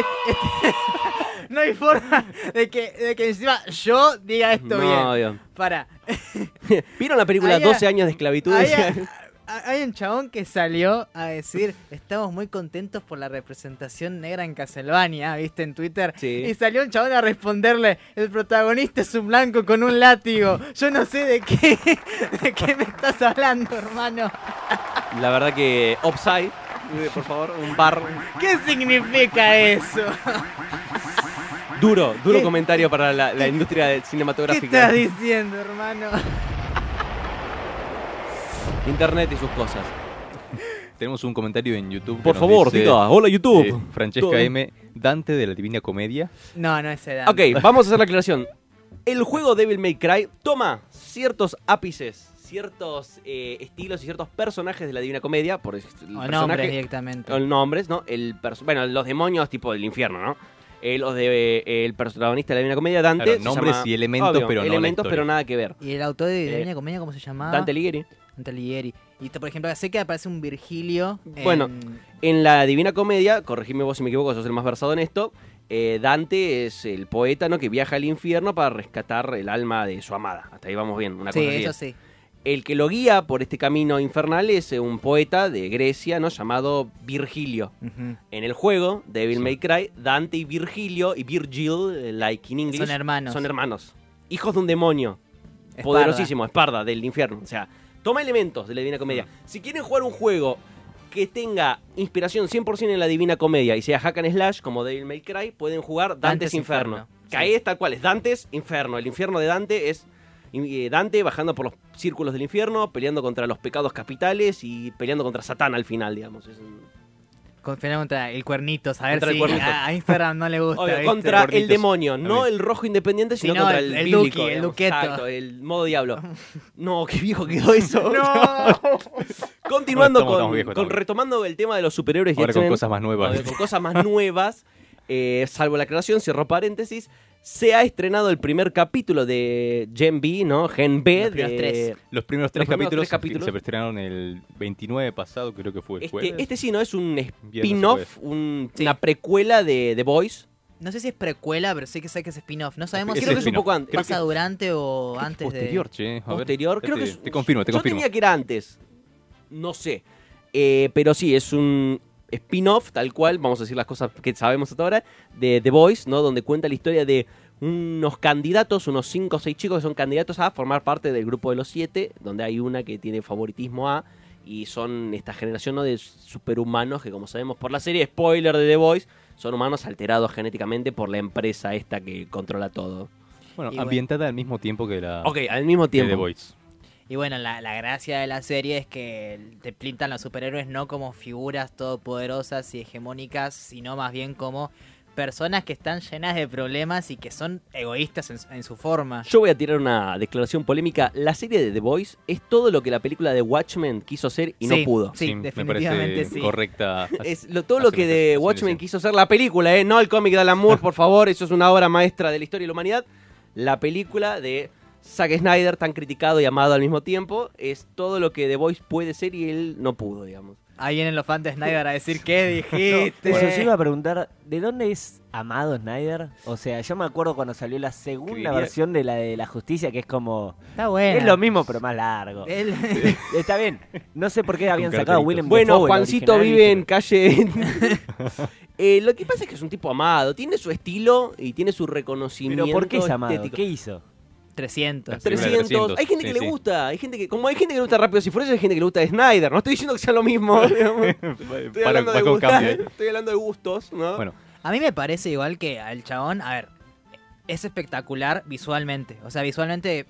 S7: es- <laughs> no hay forma de que, de que encima yo diga esto
S3: No,
S7: bien.
S3: Dios. <laughs>
S7: Para.
S3: ¿Vieron la película
S7: Había-
S3: 12 años de esclavitud?
S7: Hay, hay un chabón que salió a decir, estamos muy contentos por la representación negra en Castlevania, viste, en Twitter.
S3: Sí.
S7: Y salió un chabón a responderle, el protagonista es un blanco con un látigo. Yo no sé de qué, <laughs> de qué me estás hablando, hermano.
S3: La verdad que Offside, eh, por favor, un bar.
S7: ¿Qué significa eso?
S3: Duro, duro
S7: ¿Qué?
S3: comentario para la, la industria del-
S7: ¿Qué
S3: cinematográfica.
S7: estás diciendo,
S3: <laughs>
S7: hermano?
S3: Internet y sus cosas.
S6: Tenemos un comentario en YouTube. que
S11: Por
S6: nos
S11: favor,
S6: dice,
S11: diga, hola, YouTube.
S6: Francesca
S11: Todo.
S6: M. Dante de la Divina Comedia.
S7: No, no es edad.
S3: Ok, vamos a hacer la aclaración. El juego Devil May Cry toma ciertos ápices, ciertos eh, estilos y ciertos personajes de la Divina Comedia. Por el personaje-
S7: nombres directamente.
S3: O nombres, ¿no? El perso- bueno, los demonios tipo del infierno, ¿no? Eh, los de, eh, el protagonista de la Divina Comedia, Dante.
S6: Claro,
S3: se
S6: nombres
S3: llama-
S6: y elementos,
S3: Obvio,
S6: pero no la
S3: elementos,
S6: historia.
S3: pero nada que ver.
S7: ¿Y el autor de
S3: Eh,
S7: la Comedia cómo se llamaba?
S3: Dante Alighieri.
S7: Dante Alighieri. Y te- por ejemplo, sé que aparece un Virgilio. en-
S3: Eh, Bueno, en la Divina Comedia, corregime vos si me equivoco, sos el más versado en esto, eh, Dante es el poeta ¿no? que viaja al infierno para rescatar el alma de su amada. Hasta ahí vamos bien, una
S7: Sí,
S3: cosa así
S7: eso
S3: es.
S7: sí.
S3: El que lo guía por este camino infernal es eh, un poeta de Grecia ¿no? llamado Virgilio.
S7: Ujú.
S3: En el juego, Devil May Cry, Dante y Virgilio, y Virgil, eh, like in English,
S7: Son hermanos.
S3: Son hermanos. Hijos de un demonio.
S7: Esparda.
S3: Poderosísimo, Esparda, del infierno. O sea, toma elementos de la Divina Comedia.
S7: Ah.
S3: Si quieren jugar un juego que tenga inspiración 100% en la Divina Comedia y sea hack and slash, como Devil May Cry, pueden jugar Dante's,
S7: Dante's
S3: Inferno.
S7: Inferno.
S3: Que ahí es tal cual, es Dante's Inferno. El infierno de Dante es eh, Dante bajando por los círculos del infierno, peleando contra los pecados capitales y peleando contra Satán al final, digamos. Es un-
S7: Confiar contra el cuernito, a ver
S3: Contra el
S7: si
S3: cuernito.
S7: a, a Instagram no le gusta.
S3: Obvio,
S6: este
S7: ¿viste?
S3: contra el demonio, no el rojo independiente, sino,
S7: Sino
S3: contra el,
S7: el- el
S3: bíblico,
S7: Duki, el
S3: digamos.
S7: Duqueto.
S3: Exacto, el
S7: <laughs>
S3: modo diablo. No, qué viejo quedó eso.
S7: No. <laughs>
S6: Estamos-
S3: Continuando
S6: estamos
S3: con,
S6: viejos,
S3: con-
S6: estamos viejos.
S3: retomando el tema de los superhéroes y
S6: Ahora con
S3: X-Men.
S6: cosas más nuevas.
S3: Ahora con cosas
S6: <laughs>
S3: más nuevas. eh, salvo la aclaración, cierro paréntesis. Se ha estrenado el primer capítulo de Gen B, ¿no? Gen B.
S7: Los primeros
S3: de-
S7: tres.
S6: Los primeros tres
S3: primeros
S6: capítulos,
S3: tres capítulos.
S6: se estrenaron el 29 pasado, creo que fue el jueves.
S3: Este, este sí, ¿no? Es un
S6: o
S3: spin-off, un- una precuela de The Voice.
S7: No sé si es precuela, pero sé que sé que es spin-off. No sabemos
S3: Es
S7: si
S3: Creo que es un spin-off. poco antes.
S7: Pasa
S3: Creo que-
S7: durante o antes
S6: Posterior,
S7: de.
S6: che. A ver,
S3: Posterior,
S6: ya
S3: creo
S6: te,
S3: que es-
S6: Te confirmo, te
S3: Yo
S6: confirmo.
S3: tenía que era antes. No sé. Eh, pero sí, es un spin-off, tal cual, vamos a decir las cosas que sabemos hasta ahora, de The Voice, ¿no? Donde cuenta la historia de unos candidatos, unos 5 o 6 chicos que son candidatos a formar parte del grupo de los 7, donde hay una que tiene favoritismo a. Y son esta generación ¿no? de superhumanos que, como sabemos por la serie, spoiler de The Voice, son humanos alterados genéticamente por la empresa esta que controla todo.
S6: Bueno,
S7: Y bueno.
S6: ambientada al mismo tiempo que la.
S3: Ok, al mismo
S6: que
S3: tiempo.
S6: The Voice.
S7: Y bueno, la, la gracia de la serie es que te pintan los superhéroes no como figuras todopoderosas y hegemónicas, sino más bien como personas que están llenas de problemas y que son egoístas en, en su forma.
S3: Yo voy a tirar una declaración polémica. La serie de The Voice es todo lo que la película de Watchmen quiso ser y no
S7: Sí,
S3: pudo.
S7: sí,
S6: me
S7: definitivamente
S6: parece
S7: sí.
S6: correcta.
S3: Es lo- todo lo que de Watchmen quiso ser la película, ¿eh? No el cómic de Alan Moore, por favor. Eso es una obra maestra de la historia y la humanidad. La película de Zack Snyder, tan criticado y amado al mismo tiempo, es todo lo que The Voice puede ser y él no pudo, digamos.
S7: Ahí vienen los fans de Snyder a decir, ¿qué dijiste?
S10: Bueno, yo iba a preguntar, ¿de dónde es amado Snyder? O sea, yo me acuerdo cuando salió la segunda
S3: <laughs>
S7: Escribiría-
S10: versión de la de la justicia, que es como...
S7: Está bueno.
S10: Es lo mismo, pero más largo.
S7: <laughs>
S10: Está bien. No sé por qué habían
S6: Con
S10: sacado a
S6: caracteritos.
S10: Willem
S3: Bueno,
S10: Dafoe, el
S3: Juancito
S10: original,
S3: vive
S10: y
S6: <laughs>
S3: en calle.
S10: <laughs>
S3: <laughs> Eh, lo que pasa es que es un tipo amado. Tiene su estilo y tiene su
S10: dije,
S3: reconocimiento.
S10: Pero ¿por qué es amado?
S3: estético.
S10: ¿Qué hizo?
S7: 300.
S3: 300. Hay gente que le gusta, hay gente que como hay gente que le gusta Rápidos y Furiosos, hay gente que le gusta Snyder. No estoy diciendo que sea lo mismo.
S6: <laughs>
S3: digamos. estoy,
S6: Para-
S3: hablando de
S6: para con
S3: gustos,
S6: cambio ahí.
S3: estoy hablando de gustos, ¿no?
S6: Bueno,
S7: A mí me parece igual que al chabón, a ver, es espectacular visualmente. O sea, visualmente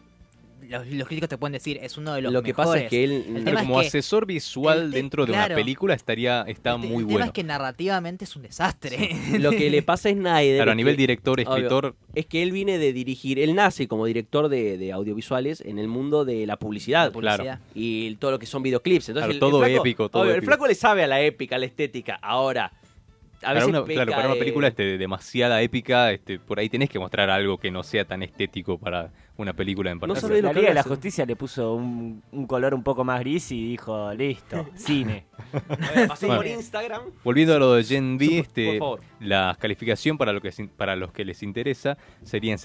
S7: los, los críticos te pueden decir, es uno de los
S3: Lo que
S7: mejores.
S3: pasa es que él-
S7: El
S6: pero
S7: tema
S6: como
S7: es que,
S6: asesor visual
S7: el te-
S6: dentro de una
S7: claro.
S6: película estaría está
S7: el
S6: muy
S7: tema
S6: bueno.
S7: es que narrativamente es un desastre. <laughs>
S3: Lo que le pasa a Snyder.
S6: Claro, a
S3: es
S6: nivel
S3: que-
S6: director,
S3: obvio,
S6: escritor.
S3: es que él viene de dirigir, él nace como director de, de audiovisuales en el mundo de la publicidad.
S6: Claro. publicidad.
S3: Y el- todo lo que son videoclips. Entonces,
S6: Claro,
S3: el- el
S6: todo
S3: flaco-
S6: épico, todo
S3: obvio, El
S6: épico.
S3: flaco le sabe a la épica, a la estética. Ahora, a
S6: para
S3: veces
S6: una, claro,
S3: peca
S6: para una
S3: de-
S6: película este, demasiada épica, este, por ahí tenés que mostrar algo que no sea tan estético para una película en particular.
S3: sabés lo
S10: la
S3: que
S10: Liga de la
S3: hace.
S10: Justicia le puso un, un color un poco más gris y dijo,
S3: <laughs>
S10: listo, cine. <laughs>
S3: Pasó
S6: Bueno.
S3: Eh, por Instagram.
S6: Volviendo a lo de Gen
S3: Supo-
S6: B,
S3: por
S6: este,
S3: favor.
S6: la calificación para, lo que, sin- para los que les interesa serían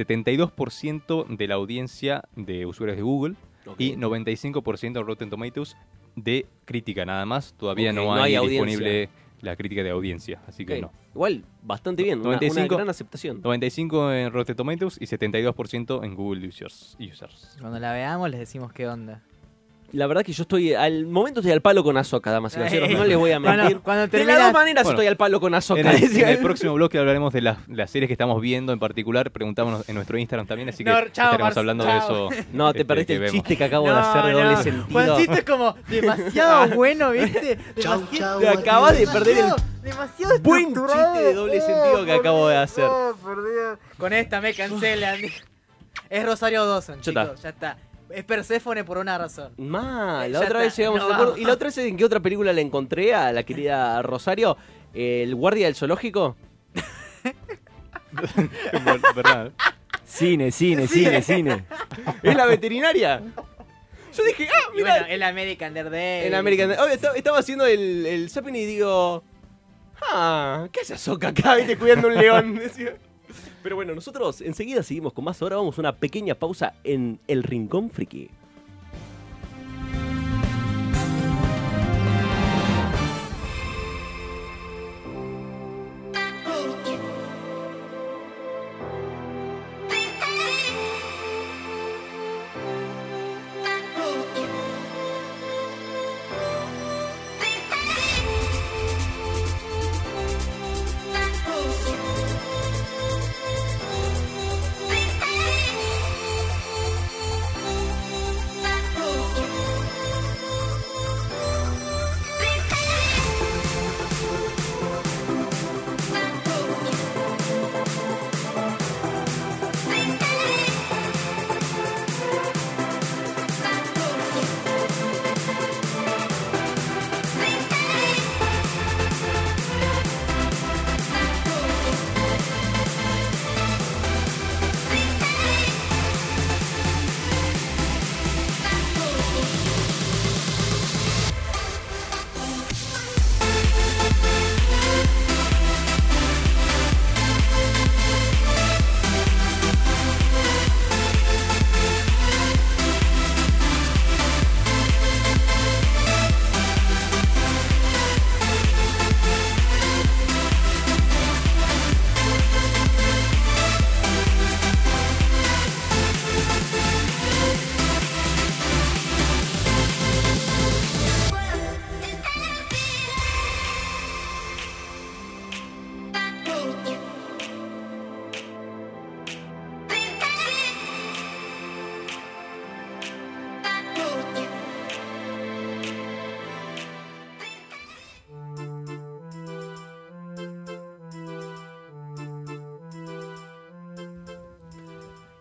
S6: 72% de la audiencia de usuarios de Google
S3: Ok.
S6: y 95% de Rotten Tomatoes de crítica nada más. Todavía
S3: Ok,
S6: no,
S3: no
S6: hay,
S3: hay audiencia.
S6: disponible la crítica de audiencia, así que
S3: Ok.
S6: no.
S3: Igual, bastante bien. una- Una,
S6: 95.
S3: gran aceptación.
S6: 95 en Rotten Tomatoes y 72% en Google Users. users.
S7: Cuando la veamos les decimos qué onda.
S3: La verdad que yo estoy, al momento estoy al palo con Azoka, damas y caballeros. No les voy a
S7: Eh. <laughs> Cuando-
S3: mentir.
S7: cuando
S3: de las
S7: terminas-
S3: dos maneras
S6: Bueno,
S3: estoy al palo con
S6: En
S3: Azoka.
S6: el, en el próximo bloque hablaremos de las, las series que estamos viendo en particular. Preguntámonos en nuestro Instagram también, así que
S7: No, chao,
S6: estaremos
S7: Marce,
S6: hablando
S7: chao. <laughs>
S6: de eso.
S3: No, te
S6: este,
S3: perdiste el
S6: vemos.
S3: chiste que acabo de hacer de doble sentido.
S7: Juancito es como demasiado
S3: <laughs>
S7: bueno, ¿viste? Demasiado,
S3: Te acabas de perder el
S7: demasiado
S3: buen
S7: estructurado.
S3: chiste de doble
S7: Oh,
S3: sentido que
S7: por
S3: acabo de
S7: Dios,
S3: hacer.
S7: oh, por Dios. Con esta me <laughs> cancelan. Es Rosario Dawson,
S3: Ya
S7: chicos, ya está. Es Perséfone por una <laughs> razón.
S3: Mal,
S7: Eh,
S3: la
S7: ya
S3: otra vez
S7: está,
S3: llegamos
S7: no
S3: a un acuerdo.
S7: vamos.
S3: ¿Y la otra vez en qué otra película la encontré a la querida Rosario? ¿El guardia del zoológico?
S6: <laughs>
S3: <laughs>
S6: ¿Verdad?
S10: Cine, cine, cine, cine.
S3: ¿Es la veterinaria? Yo dije, ah,
S7: Y bueno, eh, el American Daredevil.
S3: En American Oye, esta- estaba haciendo el, el zapping y digo. Ah, ¿qué hace Azoka acá? Viste cuidando un león. <laughs> Decía. Pero bueno, nosotros enseguida seguimos con más. Ahora vamos a una pequeña pausa en El Rincón Friki.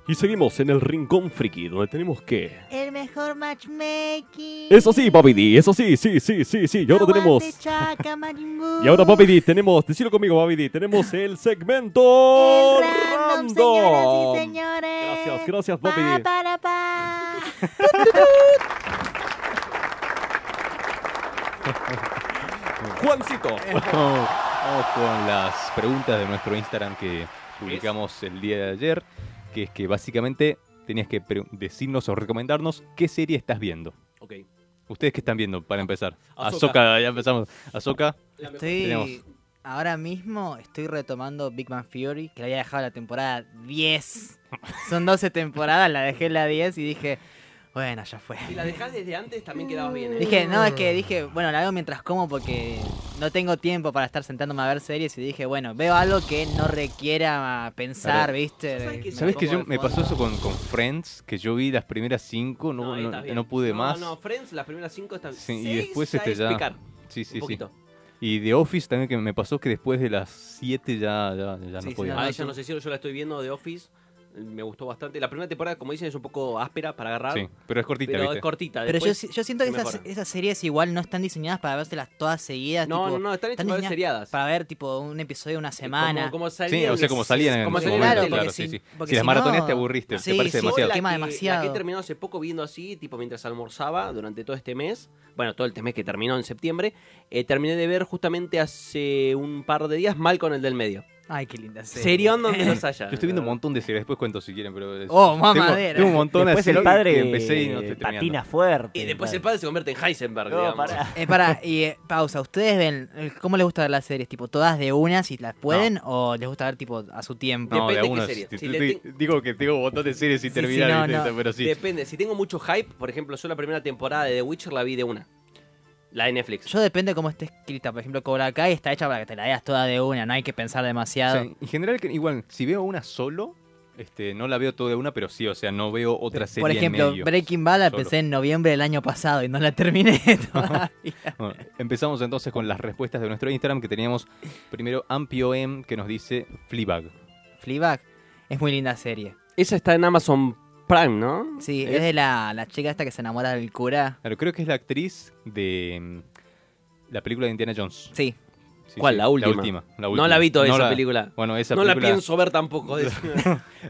S3: Y seguimos en El Rincón Friki, donde tenemos que.
S12: El mejor matchmaking.
S11: Eso sí, Bobby D, eso sí, sí, sí, sí, sí. Y ahora tenemos.
S12: Aguante, Chaca, Marimbu.
S11: Y ahora, Bobby D, tenemos. Decilo conmigo, Bobby D. Tenemos el segmento. random.
S12: Señoras y señores.
S11: Gracias, gracias, Bobby D.
S12: Para, pa.
S6: <laughs>
S3: Juancito.
S6: Vamos vamos con las preguntas de nuestro Instagram que publicamos el día de ayer, que es que básicamente tenías que pre- decirnos o recomendarnos qué serie estás viendo.
S3: Ok.
S6: ¿Ustedes qué están viendo para empezar?
S3: Ahsoka.
S6: Azoka, ya empezamos. Azoka.
S7: Estoy. Ahora mismo estoy retomando Big Man Fury, que la había dejado la temporada 10. Son 12 temporadas, la dejé en la 10 y dije, bueno, ya fue.
S3: Si la dejás desde antes, también quedabas bien. ¿eh?
S7: Dije, no, es que dije, bueno, la veo mientras como porque no tengo tiempo para estar sentándome a ver series y dije, bueno, veo algo que no requiera pensar,
S6: Claro.
S7: ¿viste? Me
S6: ¿Sabes que
S7: pongo de
S6: yo me
S7: fondo.
S6: pasó eso con, con Friends? Que yo vi las primeras cinco, no,
S3: Ahí
S6: no-
S3: estás bien.
S6: no pude más.
S3: No, no, Friends, las primeras cinco están
S6: Sí, y
S3: Seis
S6: después
S3: ya
S6: este
S3: es
S6: ya.
S3: pecar.
S6: Sí, sí,
S3: Un
S6: sí.
S3: poquito.
S6: Y The Office también que me pasó que después de las 7 ya, ya, ya no podía.
S3: Ah,
S6: más.
S3: ya no sé si yo la estoy viendo de Office. Me gustó bastante. La primera temporada, como dicen, es un poco áspera para agarrar.
S6: Sí, pero es cortita,
S3: Pero
S6: ¿viste?
S3: es cortita.
S7: Pero yo,
S3: después
S7: si- yo siento que
S3: se
S7: esas,
S3: mejora.
S7: esas series igual no están diseñadas para vérselas todas seguidas.
S3: No,
S7: tipo,
S3: no, no, están hechas para ver
S7: diseñadas
S3: seriadas.
S7: Para ver tipo un episodio de una semana.
S3: como
S6: Sí, o sea, como salían en
S3: Como
S6: su
S3: salían,
S6: momento,
S3: claro,
S6: claro,
S3: porque
S6: sí,
S3: si-
S6: sí.
S3: porque
S6: Si las
S3: si
S6: maratoneas
S3: no-
S6: te aburriste,
S7: Sí,
S6: te parece
S7: sí,
S6: demasiado.
S7: la quema
S3: que- La que he
S7: demasiado.
S3: terminado hace poco viendo así, tipo mientras almorzaba durante todo este mes, bueno, todo este mes que terminó en septiembre, eh, terminé de ver justamente hace un par de días Mal con el del medio.
S7: Ay, qué linda serie. <laughs>
S3: Serión donde los haya.
S6: Yo estoy viendo un montón de series, después cuento si quieren, pero... es-
S7: Oh,
S6: tengo,
S7: mamadera.
S6: tengo un montón de
S10: Después el
S6: series
S10: padre
S6: que empecé y no estoy terminando.
S10: patina fuerte.
S3: Y después el padre se convierte en Heisenberg, digamos.
S7: Eh, para, y eh, pausa, ¿ustedes ven eh, cómo les gusta ver las series? ¿Tipo todas de una si las pueden o les gusta ver tipo a su tiempo?
S6: No, de algunos. Si-
S3: Si
S6: si-
S3: le
S6: si- Digo que tengo un montón de series sin
S7: Sí, sí,
S6: terminar,
S7: no,
S6: ¿viste?
S7: no.
S6: pero sí.
S3: Depende. Si tengo mucho hype, por ejemplo, yo la primera temporada de The Witcher la vi de una. La de Netflix.
S7: Yo depende de cómo esté escrita. Por ejemplo, Cobra Kai está hecha para que te la veas toda de una, no hay que pensar
S6: O sea,
S7: demasiado.
S6: en general, que- igual, si veo una solo, este, no la veo toda de una, pero sí, o sea, no veo otra serie
S7: Por
S6: en
S7: ejemplo,
S6: medio.
S7: Breaking Bad la
S6: Solo. <laughs>
S7: empecé en noviembre del año pasado y no la terminé todavía.
S6: Bueno, empezamos entonces con las respuestas de nuestro Instagram que teníamos primero Ampio M que nos dice Fleabag.
S7: Fleabag es muy linda serie.
S3: Esa está en Amazon Prime, ¿no?
S7: Sí, es,
S6: Es-
S7: de la, la chica esta que se enamora del cura.
S6: Claro, creo que es la actriz de mm, la película de Indiana Jones.
S7: Sí.
S3: ¿Cuál? ¿La última?
S6: La última.
S3: No la vi todavía esa película.
S6: Bueno, esa
S3: No la
S6: película-
S3: pienso ver
S6: <laughs>
S3: tampoco, decime.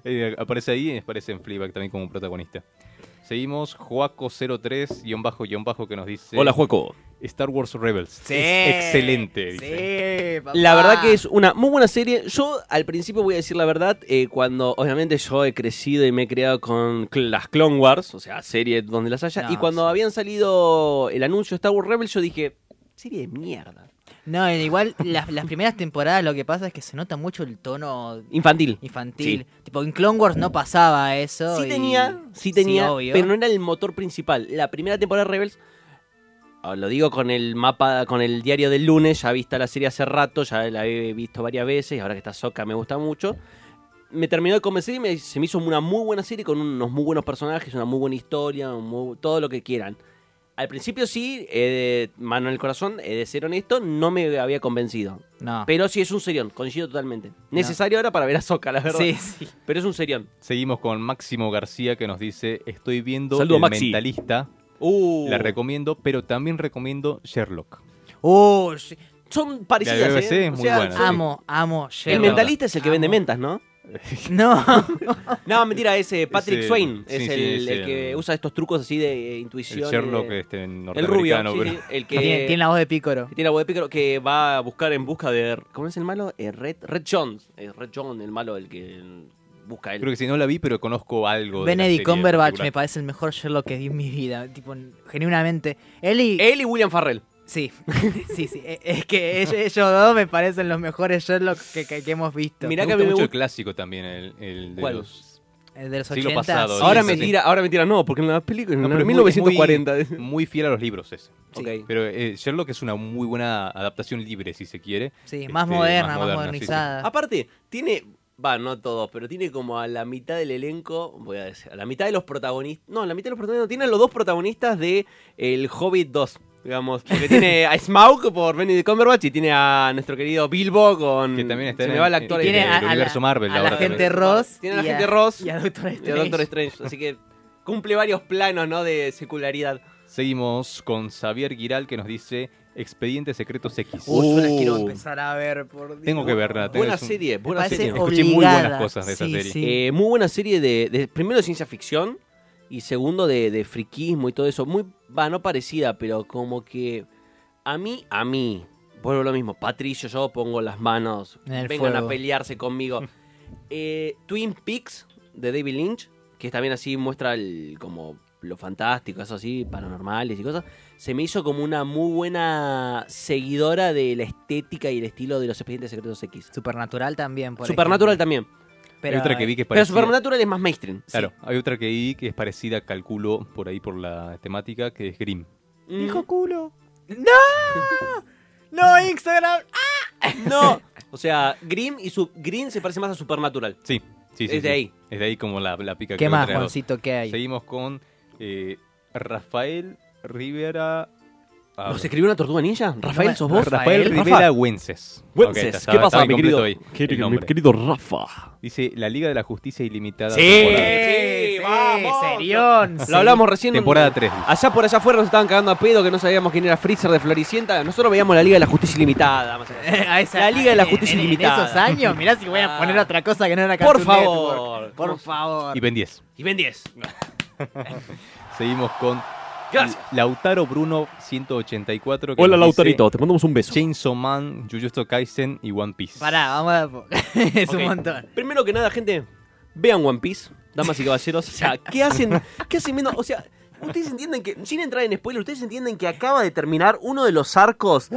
S6: Eh, aparece ahí y aparece en Fleabag también como protagonista. Seguimos, Juaco03, guión bajo, guión bajo, que nos dice...
S3: Hola, Juaco.
S6: Star Wars Rebels. Es excelente, dice.
S7: Eh,
S3: La verdad que es una muy buena serie. Yo al principio voy a decir la verdad, eh, cuando obviamente yo he crecido y me he creado con cl- las Clone Wars, o sea, serie donde las haya,
S7: No,
S3: y cuando habían salido el anuncio de Star Wars Rebels, yo dije, serie de mierda.
S7: No, eh, igual las, las primeras temporadas lo que pasa es que se nota mucho el tono
S3: Infantil.
S7: infantil. Tipo, en Clone Wars no pasaba eso.
S3: Sí
S7: y-
S3: tenía, sí tenía,
S7: obvio.
S3: pero no era el motor principal. La primera temporada de Rebels, ah, lo digo con el mapa, con el diario del lunes, ya vista la serie hace rato, ya la he visto varias veces, y ahora que está Soca me gusta mucho. Me terminó de convencer y me- se me hizo una muy buena serie con unos muy buenos personajes, una muy buena historia, un muy- todo lo que quieran. Al principio sí, eh, de- mano en el corazón, he de ser honesto, no me había convencido.
S7: No.
S3: Pero sí es un serión, coincido totalmente. Necesario ahora para ver a Soca, la verdad.
S7: Sí, sí.
S3: Pero es un serión.
S6: Seguimos con Máximo García que nos dice, estoy viendo
S3: Saludo,
S6: El
S3: Maxi.
S6: Mentalista.
S3: Uh.
S6: La recomiendo, pero también recomiendo Sherlock.
S7: Oh, sí.
S3: Uh, Son parecidas.
S6: La de BBC
S3: ¿eh?
S6: es
S3: O
S6: muy
S3: sea,
S6: buena, Ah,
S3: son-
S6: sí.
S7: Amo, amo.
S3: El
S7: Sherlock.
S3: mentalista es el que vende
S6: <laughs>
S3: mentas, ¿no?
S7: No.
S3: <laughs> no, mentira, ese Patrick
S6: Ese-
S3: Swain es
S6: sí, sí,
S3: el,
S6: es
S3: el
S6: el-
S3: que usa estos trucos así de eh, intuición.
S6: El Sherlock,
S3: eh,
S6: este,
S3: El rubio,
S6: norteamericano,
S3: sí,
S6: pero-
S3: sí, el que
S7: Tiene, tiene la voz de Pícoro.
S3: que tiene la voz de pícaro, que va a buscar en busca de... ¿Cómo es el malo? Eh, Red, Red Jones. Eh, Red John, el malo, el que busca
S6: <laughs>
S3: él.
S6: Creo que si no la vi, pero conozco algo. de la
S7: Benedict
S6: serie
S7: Cumberbatch me
S6: particular.
S7: parece el mejor Sherlock que vi en mi vida. Tipo, genuinamente. Él y.
S3: Él y William Farrell.
S7: Sí, <laughs> sí, sí. Eh, Es que ellos, ellos dos me parecen los mejores Sherlock que, que- que hemos visto.
S6: Me gusta mucho el clásico también, el, el de
S3: ¿Cuál?
S6: los...
S7: El de los
S6: siglo
S7: 80.
S6: pasado,
S7: sí.
S3: ahora,
S6: sí,
S3: me
S6: sí.
S3: tira, ahora me tira, no, porque en la película, en
S6: No,
S3: la
S6: pero es muy- es muy- <laughs>
S3: 1940.
S6: Muy, fiel a los libros ese.
S3: Sí. Ok.
S6: Pero eh, Sherlock es una muy buena adaptación libre, si se quiere. Este,
S7: Sí, más moderna, más modernizada.
S3: <laughs> Aparte, tiene. Va, no todos, pero tiene como a la mitad del elenco, voy a decir, a la mitad de los protagonistas. No, a la mitad de los protagonistas. Tiene a los dos protagonistas de El Hobbit 2, digamos.
S6: <laughs>
S3: Porque tiene a Smaug por Benedict Cumberbatch y tiene a nuestro querido Bilbo con.
S6: Que también está en
S3: se me
S6: el-
S3: va el actor este.
S6: en
S3: ahí.
S6: el Tiene a- a la- universo Marvel
S7: a la
S6: ahora
S7: gente
S6: también.
S7: Ross.
S3: Tiene a la
S7: y
S3: gente Ross.
S7: Y a Doctor
S3: y a
S6: <laughs>
S3: Este, Doctor Strange. Así que cumple varios planos, ¿no? De secularidad.
S6: Seguimos con Xavier Giral que nos dice Expedientes Secretos X.
S7: Uy, yo las quiero empezar a ver, por Dios.
S6: Tengo que verla. tengo-
S3: Uh. Buena
S6: es un-
S3: serie, buena
S7: parece
S3: serie.
S6: Escuché muy buenas
S7: obligada.
S6: cosas de esa
S7: Sí,
S6: serie.
S7: sí.
S3: Eh, muy buena serie de, de- primero de ciencia ficción y segundo de, de friquismo y todo eso. Muy, va, no parecida, pero como que a mí, a mí, vuelvo a lo mismo. Patricio, yo pongo las manos,
S7: En el
S3: vengan a
S7: fuego. <laughs>
S3: pelearse conmigo. Eh, Twin Peaks de David Lynch, que también así muestra el, como lo fantástico, eso así, paranormales y cosas. Se me hizo como una muy buena seguidora de la estética y el estilo de los expedientes secretos X.
S7: Supernatural también, por
S3: Supernatural
S7: ejemplo.
S3: también.
S7: Pero,
S6: Hay otra que vi que es
S3: Pero
S6: parecida.
S3: Supernatural es más mainstream.
S6: Claro, hay otra que vi que es parecida, calculo, por ahí por la temática, que es Grimm.
S3: Mm.
S7: Dijo culo. ¡No! ¡No, Instagram!
S3: ¡Ah!
S7: <laughs>
S3: No. O sea, Green y su Green se parece más a Supernatural.
S6: Sí, sí, sí.
S3: Es
S6: sí.
S3: de ahí.
S6: Es de ahí como la, la pica
S7: ¿Qué
S6: que
S7: más,
S6: trae a dos.
S7: Juancito, qué hay?
S6: Seguimos con eh, Rafael Rivera. Ah,
S3: ¿Nos escribió una tortuga ninja? ¿Rafael
S6: no,
S3: sos vos?
S6: Rafael
S3: Rafa.
S6: Rivera Güences.
S3: Güences,
S6: Ok, está-
S3: ¿qué
S6: estaba-
S3: pasa,
S6: estaba
S3: mi
S6: incompleto
S3: querido-
S6: ahí,
S3: qué-
S6: el
S3: mi
S6: nombre.
S3: querido Rafa?
S6: Dice La Liga de la Justicia Ilimitada.
S3: Sí,
S6: temporada-
S3: vamos.
S7: serión.
S3: Lo hablamos recién.
S6: Temporada 3.
S3: Allá por allá afuera nos estaban cagando a pedo que no sabíamos quién era Freezer de Floricienta. Nosotros veíamos la Liga de la Justicia Ilimitada. más o menos. <laughs>
S7: A esa-
S3: la Liga de la Justicia
S7: en- en-
S3: Ilimitada. Ah.
S7: En esos años, mirá si voy a poner otra cosa que no era
S3: Por
S7: Cartoon
S3: favor.
S7: Network. Por favor.
S6: Y Ben 10.
S3: Y Ben 10.
S6: Seguimos con
S3: Gracias.
S6: Lautaro Bruno 184.
S3: Hola,
S6: nos dice
S3: Lautarito, te mandamos un beso.
S6: Chainsaw Man, Jujutsu Kaisen y One Piece.
S7: Pará, vamos a... <laughs> es
S3: Ok.
S7: un montón.
S3: Primero que nada, gente, vean One Piece, damas y caballeros.
S7: <laughs>
S3: O sea, ¿qué hacen? ¿Qué hacen viendo? O sea, ustedes entienden que, sin entrar en spoiler, ustedes entienden que acaba de terminar uno de los arcos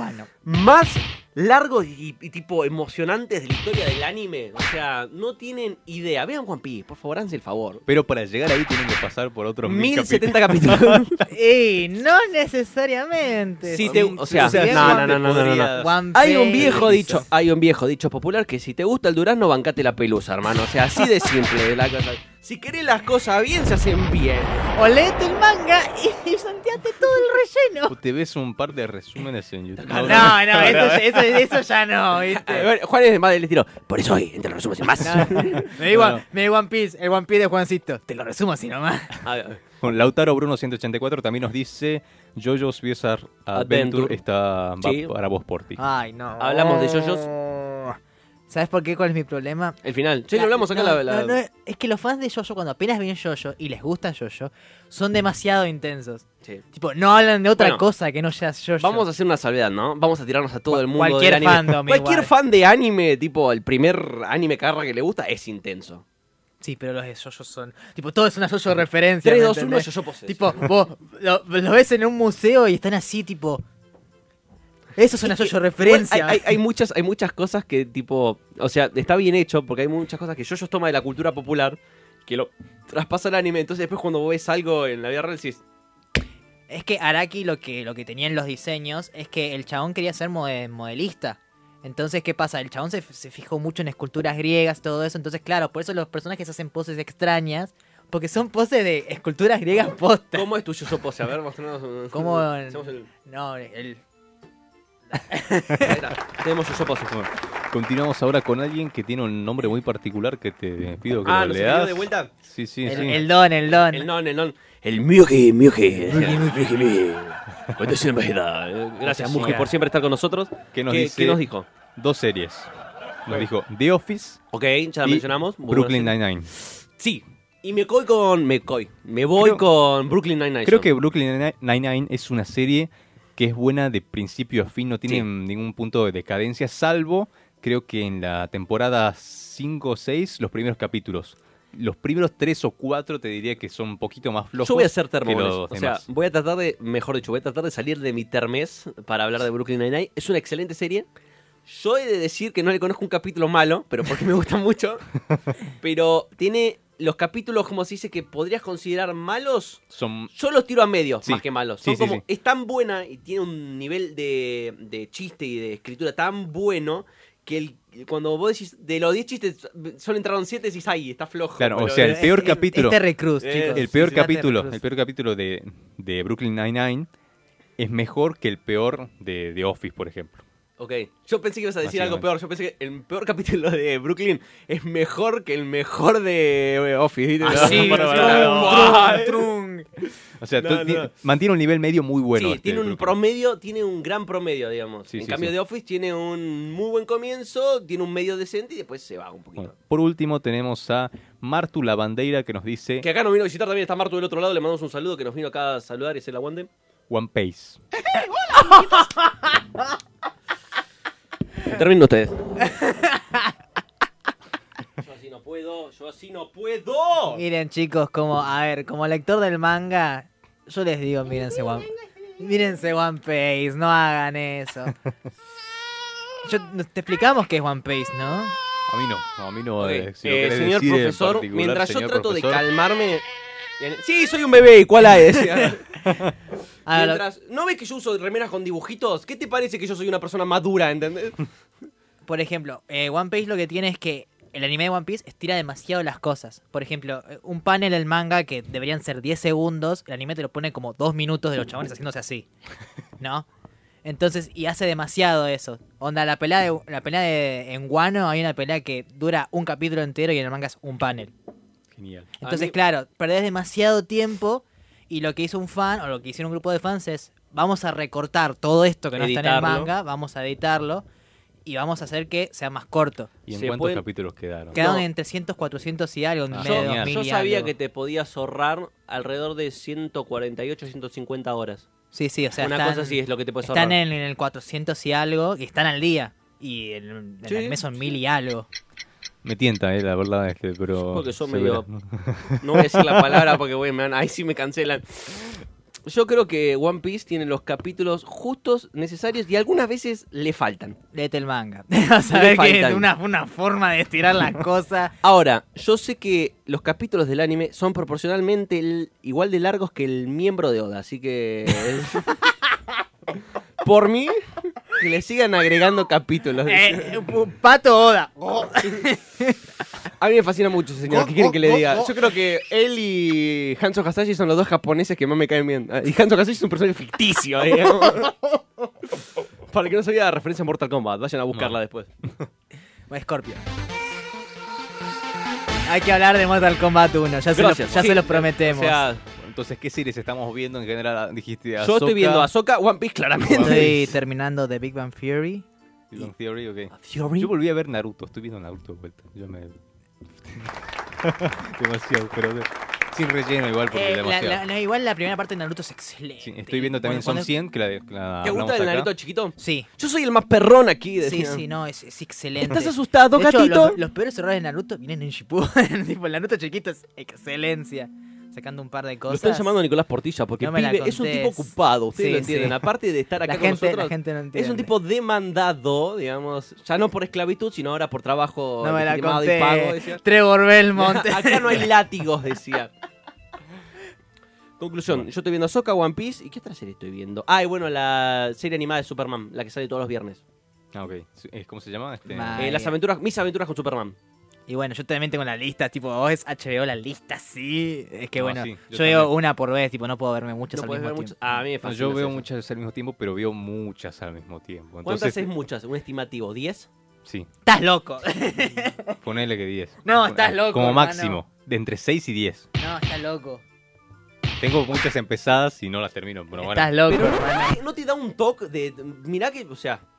S3: más largos y, y tipo emocionantes de la historia del anime. O sea, no tienen idea. Vean One Piece, por favor, háganse el favor.
S6: Pero para llegar ahí tienen que pasar por otros
S3: 1070
S6: capítulos.
S3: capítulos. <laughs>
S7: Y Eh, no necesariamente.
S3: Si te- o sea,
S7: Si es
S3: no, no,
S7: One
S3: no, no, no, no, no.
S7: Piece, One
S3: Hay un
S7: Piece.
S3: viejo dicho, hay un viejo dicho popular que si te gusta el durazno, bancate la pelusa, hermano. O sea, así de simple. la cosa. Si querés las cosas bien, se hacen bien.
S7: O léete el manga y, y santeate todo el relleno.
S6: O <laughs> te ves un par de resúmenes en YouTube.
S7: No, no, eso, eso, eso ya no,
S3: A
S7: ¿viste?
S3: ver, Juan es más del estilo. Por eso hoy, entre los resumos y más.
S7: Me da igual, me da One Piece, el One Piece de Juancito. Te lo resumo así nomás.
S3: A ver,
S6: Con Lautaro Bruno 184 también nos dice JoJo's Bizarre Adventure,
S3: Adventure.
S6: está va
S3: Sí. Ah.
S6: para vos por ti.
S7: Ay, no. Oh.
S3: Hablamos de yoyos.
S7: ¿Sabes por qué? ¿Cuál es mi problema?
S3: El final. Ya lo hablamos acá
S7: no,
S3: la- la-
S7: no, no, es que los fans de Yoyo, cuando apenas ven Yoyo y les gusta Yoyo, son demasiado intensos.
S3: Sí.
S7: Tipo, no hablan de otra
S3: Bueno,
S7: cosa que no sea Yoyo.
S3: Vamos a hacer una salvedad, ¿no? Vamos a tirarnos a todo el mundo.
S7: cualquier
S3: del anime.
S7: fandom
S3: <laughs> Cualquier
S7: igual.
S3: fan de anime, tipo, el primer anime carra que le gusta es intenso.
S7: Sí, pero los de Yoyo son. Tipo, todo es una Yoyo referencia.
S3: 3,
S7: ¿me
S3: 2, 1,
S7: entendés?
S3: Yoyo posee.
S7: Tipo, vos
S3: <laughs>
S7: lo, lo ves en un museo y están así, tipo. Eso es una Yoyo referencia.
S3: Bueno, hay, hay- hay muchas, hay muchas cosas que, tipo, o sea, está bien hecho porque hay muchas cosas que yo toma de la cultura popular que lo traspasa al anime. Entonces, después, cuando ves algo en la vida real, decís,
S7: Es que Araki lo que, lo que tenía en los diseños es que el chabón quería ser mode- modelista. Entonces, ¿qué pasa? El chabón se, se fijó mucho en esculturas griegas, todo eso. Entonces, claro, por eso los personajes hacen poses extrañas. Porque son poses de esculturas griegas posta.
S3: ¿cómo es tu yo pose? A ver, mostrarnos. un-
S7: Como en-
S3: hacemos el-
S7: No, el...
S3: Ahí está. Tenemos yo pose.
S6: Continuamos ahora con alguien que tiene un nombre muy particular que te pido que
S3: Ah,
S6: lo
S3: ¿nos
S6: leas.
S3: envió de vuelta?
S6: Sí, sí,
S7: El,
S6: sí.
S7: el don, el don.
S3: El non, el non.
S6: El Mioji, Mioji.
S3: Contación bajada. Eh, Gracias,
S6: Mujer.
S3: Mujer, por siempre estar con nosotros.
S6: ¿Qué nos,
S3: ¿Qué-
S6: dice
S3: qué nos dijo?
S6: Dos series. Nos dijo The Office.
S3: Ok, ya la
S6: y
S3: mencionamos. Muy
S6: Brooklyn
S3: buena
S6: Nine-Nine.
S3: Sí. Y me voy con. Me voy. Me voy
S6: Creo-
S3: con Brooklyn Nine-Nine.
S6: Creo
S3: yo.
S6: que Brooklyn Nine- Nine-Nine es una serie que es buena de principio a fin, no tiene ningún punto de decadencia, salvo creo que en la temporada 5 o 6, los primeros capítulos. Los primeros 3 o 4 te diría que son un poquito más flojos.
S3: Yo voy a hacer
S6: que
S3: termones.
S6: los
S3: O sea,
S6: demás.
S3: voy a tratar de, mejor dicho, voy a tratar de salir de mi termés para hablar de Brooklyn Nine-Nine. Es una excelente serie. Yo he de decir que no le conozco un capítulo malo, pero porque me
S6: <laughs>
S3: gusta mucho. Pero tiene los capítulos, como se dice, que podrías considerar malos. <laughs>
S6: son
S3: Yo los tiro a medio,
S6: Sí.
S3: más que malos.
S6: Sí,
S3: Son
S6: sí,
S3: como,
S6: sí.
S3: es tan buena y tiene un nivel de, de chiste y de escritura tan bueno que el- cuando vos decís, de los 10 chistes, solo entraron 7 y decís, ay, está flojo.
S6: Claro, o
S3: Pero
S6: sea, el
S3: es-
S6: peor
S3: es-
S6: capítulo. Eh,
S7: este recruz, chicos.
S6: El peor
S7: Sí, sí.
S6: capítulo,
S7: Recruz.
S6: el peor capítulo de, de Brooklyn Nine-Nine es mejor que el peor de The Office, por ejemplo.
S3: Ok, yo pensé que ibas a decir algo
S6: Básicamente.
S3: peor. Yo pensé que el peor <laughs> capítulo de Brooklyn es mejor que el mejor de eh, Office. ¿viste? ah,
S7: Ah, sí,
S3: Para-
S7: sí,
S3: para-
S7: trun,
S3: para-
S7: trun,
S6: O sea,
S3: No,
S6: tú- ti-
S3: no.
S6: mantiene un nivel medio muy bueno.
S3: Sí,
S6: este
S3: tiene un
S6: Brooklyn.
S3: promedio, tiene un gran promedio, digamos.
S6: Sí,
S3: en
S6: sí,
S3: cambio,
S6: sí.
S3: de Office tiene un muy buen comienzo, tiene un medio decente y después se va un poquito.
S6: Por último tenemos a Martu Lavandeira que nos dice
S3: Que acá nos vino a visitar también, está Martu del otro lado, le mandamos un saludo que nos vino acá a saludar y se la aguante.
S6: One Piece.
S3: Termino ustedes. Yo así no puedo, yo así no puedo.
S7: Miren, chicos, como, a ver, como lector del manga, yo les digo, mírense One, mírense One Piece, no hagan eso. Yo, te explicamos qué es One Piece, ¿no?
S6: A mí no, no, a mí no. eh, si lo
S3: Eh,
S6: querés
S3: señor
S6: decir en
S3: profesor,
S6: particular,
S3: mientras yo
S6: señor
S3: trato de
S6: profesor,
S3: calmarme. Sí, soy un bebé, ¿y ¿cuál hay? <laughs> Decía.
S7: A ver, lo-
S3: Mientras- ¿No ves que yo uso remeras con dibujitos? ¿Qué te parece que yo soy una persona madura, entendés?
S7: <laughs> Por ejemplo, eh, One Piece lo que tiene es que el anime de One Piece estira demasiado las cosas. Por ejemplo, eh, un panel del manga que deberían ser 10 segundos, el anime te lo pone como 2 minutos de los chabones haciéndose así. ¿No? Entonces, y hace demasiado eso. Onda, la pelea, de, la pelea de, en Wano hay una pelea que dura un capítulo entero y en el manga es un panel.
S6: Genial.
S7: Entonces, claro, perdés demasiado tiempo y lo que hizo un fan o lo que hicieron un grupo de fans es vamos a recortar todo esto que no está en el
S3: Editarlo.
S7: manga, vamos a editarlo y vamos a hacer que sea más corto.
S6: ¿Y en
S3: Se
S6: cuántos
S3: pueden-
S6: capítulos quedaron?
S7: Quedaron
S3: No.
S7: en 300, 400 y algo. en
S6: Ah,
S7: medio de
S6: genial.
S7: 2000
S6: Yo
S7: y
S3: sabía
S7: algo.
S3: que te podías ahorrar alrededor de 148, 150 horas.
S7: Sí, sí, o sea,
S3: Una
S7: están-
S3: cosa así es lo que te puedes ahorrar.
S7: Están en, en el 400 y algo y están al día. Y en, en
S3: Sí,
S7: el mes son 1000 y algo.
S6: Me tienta, eh, la verdad es que, pero...
S3: Porque son
S6: se
S3: medio.
S6: verá.
S3: No voy a decir la palabra porque bueno, me van- ahí sí me cancelan. Yo creo que One Piece tiene los capítulos justos, necesarios y algunas veces le faltan.
S7: Léete el manga. Vas <laughs> a ver que
S3: faltan.
S7: es una, una forma de estirar las cosas.
S3: Ahora, yo sé que los capítulos del anime son proporcionalmente el- igual de largos que el miembro de Oda, así que.
S7: <laughs>
S3: Por mí, que le sigan agregando capítulos.
S7: Eh, Pato Oda.
S3: A mí me fascina mucho ese señor. ¿Qué quieren que le
S7: oh,
S3: diga?
S7: oh.
S3: Yo creo que él y Hanzo Hasashi son los dos japoneses que más me caen bien. Ah, Y Hanzo Hasashi es un personaje ficticio, digamos.
S7: <laughs>
S3: Para el que no sabía, referencia a Mortal Kombat. Vayan a buscarla después.
S7: O Scorpio. Hay que hablar de Mortal Kombat 1. Ya, se, lo, ya
S6: Gracias.
S7: se
S6: Sí,
S7: lo prometemos.
S6: O sea, entonces, ¿qué series estamos viendo en general? Ah, Dijiste
S3: Yo estoy viendo
S6: a
S3: Ahsoka, One Piece claramente.
S7: Estoy terminando The Big Bang Theory.
S6: Theory, ok.
S7: Theory?
S6: Yo volví a ver Naruto, estoy viendo Naruto de vuelta. Yo me... <laughs> demasiado, pero... Sin relleno igual, porque
S7: Eh, la-
S6: demasiado.
S7: la- la- igual la primera parte de Naruto es excelente.
S6: Sí, estoy viendo también
S7: Cuando-
S6: Son 100, que la... que la
S3: ¿Te gusta
S6: hablamos
S3: el
S6: acá.
S3: Naruto chiquito?
S7: Sí.
S3: Yo soy el más perrón aquí.
S7: Sí,
S3: decían.
S7: sí, no, es, es excelente.
S3: ¿Estás asustado,
S7: De hecho,
S3: gatito?
S7: los, los peores errores de <laughs> Naruto vienen en Shippuden. <laughs> tipo, el Naruto chiquito es excelencia. Sacando un par de cosas.
S3: Lo están llamando Nicolás Portilla porque
S7: No me la
S3: pibe es un tipo
S7: contés.
S3: ocupado, ustedes
S7: Sí,
S3: lo entienden.
S7: sí.
S3: Aparte de estar acá
S7: La
S3: con
S7: gente-
S3: nosotros,
S7: la gente no
S3: es un
S7: entiende.
S3: tipo demandado, digamos, ya no por esclavitud, sino ahora por trabajo
S7: No me la
S3: legitimado
S7: conté.
S3: y pago. decía.
S7: Trevor Belmont.
S3: <laughs> acá
S7: <laughs>
S3: no hay látigos, decía. Conclusión, yo estoy viendo Soca, One Piece y ¿qué otra serie estoy viendo? Ah, y bueno, la serie animada de Superman, la que sale todos los viernes.
S6: Ah, ok. Sí, eh, ¿Cómo se llama? Este...
S7: Vale.
S3: Eh, las aventuras, mis aventuras con Superman.
S7: Y bueno, yo también tengo la lista, tipo, vos es HBO la lista, sí. Es que
S6: No,
S7: bueno,
S6: sí, yo
S7: yo, veo
S6: también.
S7: una por vez, tipo, no puedo verme muchas
S3: No
S7: al
S3: podés
S7: mismo
S3: ver
S7: tiempo.
S3: muchas- Ah, a mí me
S6: No,
S3: fascina
S6: yo veo
S3: eso.
S6: muchas al mismo tiempo, pero veo muchas al mismo tiempo.
S3: ¿Cuántas
S6: Entonces,
S3: es muchas? Un estimativo, ¿10?
S6: Sí,
S7: Estás loco.
S6: <laughs> ponele que 10.
S7: No, estás loco,
S6: Como
S7: hermano.
S6: máximo, de entre 6 y 10.
S7: no, estás loco.
S6: Tengo muchas empezadas y no las termino. Pero bueno.
S7: Estás loco.
S3: Pero no,
S7: hermano.
S3: te- no te da un toque de. Mirá que, o sea. <laughs>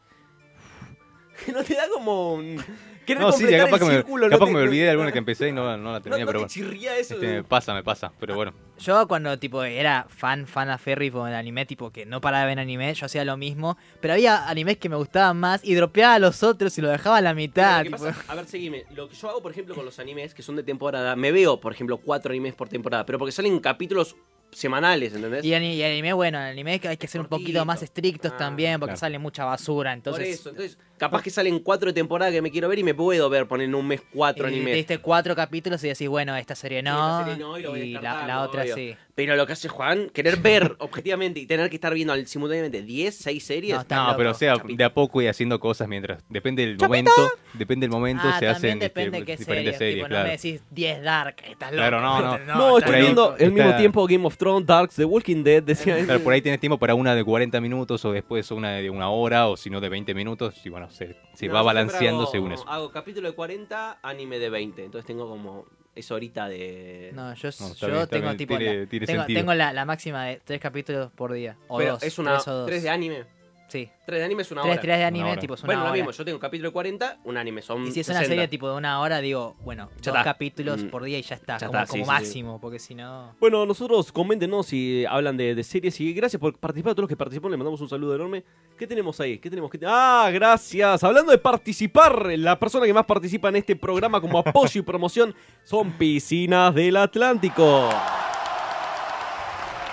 S3: No te da como un. Querer
S6: No, sí,
S3: completar
S6: capaz,
S3: el
S6: que me,
S3: círculo,
S6: capaz
S3: no
S6: que
S3: te-
S6: me olvidé de
S3: <laughs>
S6: alguna que empecé y no, no la terminé,
S3: no
S6: pero
S3: te
S6: bueno.
S3: chirría eso
S6: Este,
S3: de-
S6: me pasa, me pasa, pero bueno.
S7: Yo cuando tipo era fan, fan a Ferry con el anime, tipo que no paraba de ver anime, yo hacía lo mismo, pero había animes que me gustaban más y dropeaba a los otros y lo dejaba a la
S3: Pero
S7: mitad.
S3: lo que
S7: tipo.
S3: pasa- a ver, seguime. Lo que yo hago, por ejemplo, con los animes que son de temporada, me veo, por ejemplo, cuatro animes por temporada, pero porque salen capítulos semanales, ¿entendés?
S7: Y, ani- y anime, bueno, el anime que hay que ser un poquito más estrictos
S3: Ah,
S7: también porque
S3: claro.
S7: sale mucha basura,
S3: Por
S7: entonces...
S3: eso, entonces, capaz que salen cuatro de temporada que me quiero ver y me puedo ver poner en un mes cuatro
S7: y
S3: animes.
S7: te diste cuatro capítulos y decís, bueno, esta serie no,
S3: esta serie no, y lo voy
S7: y la,
S3: descartando,
S7: la otra
S3: obvio.
S7: sí.
S3: Pero lo que hace Juan, querer ver <laughs> objetivamente y tener que estar viendo al- simultáneamente 10, 6 series.
S6: No, pero o sea, de a poco y haciendo cosas mientras. Depende del momento. Depende del momento,
S7: Ah,
S6: se
S7: también
S6: hacen este,
S7: depende qué serie.
S6: diferentes series,
S7: tipo,
S6: claro.
S7: no me decís 10 Dark, estás loco.
S6: Claro, no, no.
S3: No, estoy
S6: por ahí-
S3: viendo al mismo
S6: Claro.
S3: tiempo Game of Thrones, Darks, The Walking Dead, decía.
S6: Claro, por ahí tenés tiempo para una de 40 minutos o después una de una hora o si no de 20 minutos y bueno, se, se
S3: No,
S6: va
S3: yo siempre
S6: balanceando
S3: hago-
S6: según eso.
S3: Hago capítulo de 40, anime de 20. Entonces tengo como esa horita de.
S7: No, yo,
S6: No, está
S7: yo
S6: bien, está
S7: tengo
S6: bien,
S7: tipo
S6: tiene-
S7: la,
S6: tiene
S7: tengo,
S6: sentido.
S7: tengo la, la máxima de tres capítulos por día. O
S3: Pero
S7: dos.
S3: es una.
S7: tres o dos.
S3: 3 de anime.
S7: Sí.
S3: 3 de anime es una
S7: Tres-
S3: hora.
S7: tres de anime, Una hora. tipo, es una
S3: bueno,
S7: hora.
S3: lo mismo, yo tengo capítulo de 40, un anime son.
S7: Y si es una
S3: 60.
S7: serie tipo de una hora, digo, bueno,
S3: Ya
S7: dos
S3: está.
S7: capítulos
S3: Mm.
S7: por día y ya está.
S3: Ya
S7: como
S3: está, sí,
S7: como
S3: sí, sí.
S7: máximo, porque si no.
S3: Bueno, nosotros coméntenos si hablan de, de series y gracias por participar a todos los que participaron, les mandamos un saludo enorme. ¿Qué tenemos ahí? ¿Qué tenemos? ¿Qué te- Ah, gracias. Hablando de participar, la persona que más participa en este programa como apoyo y promoción son Piscinas del Atlántico.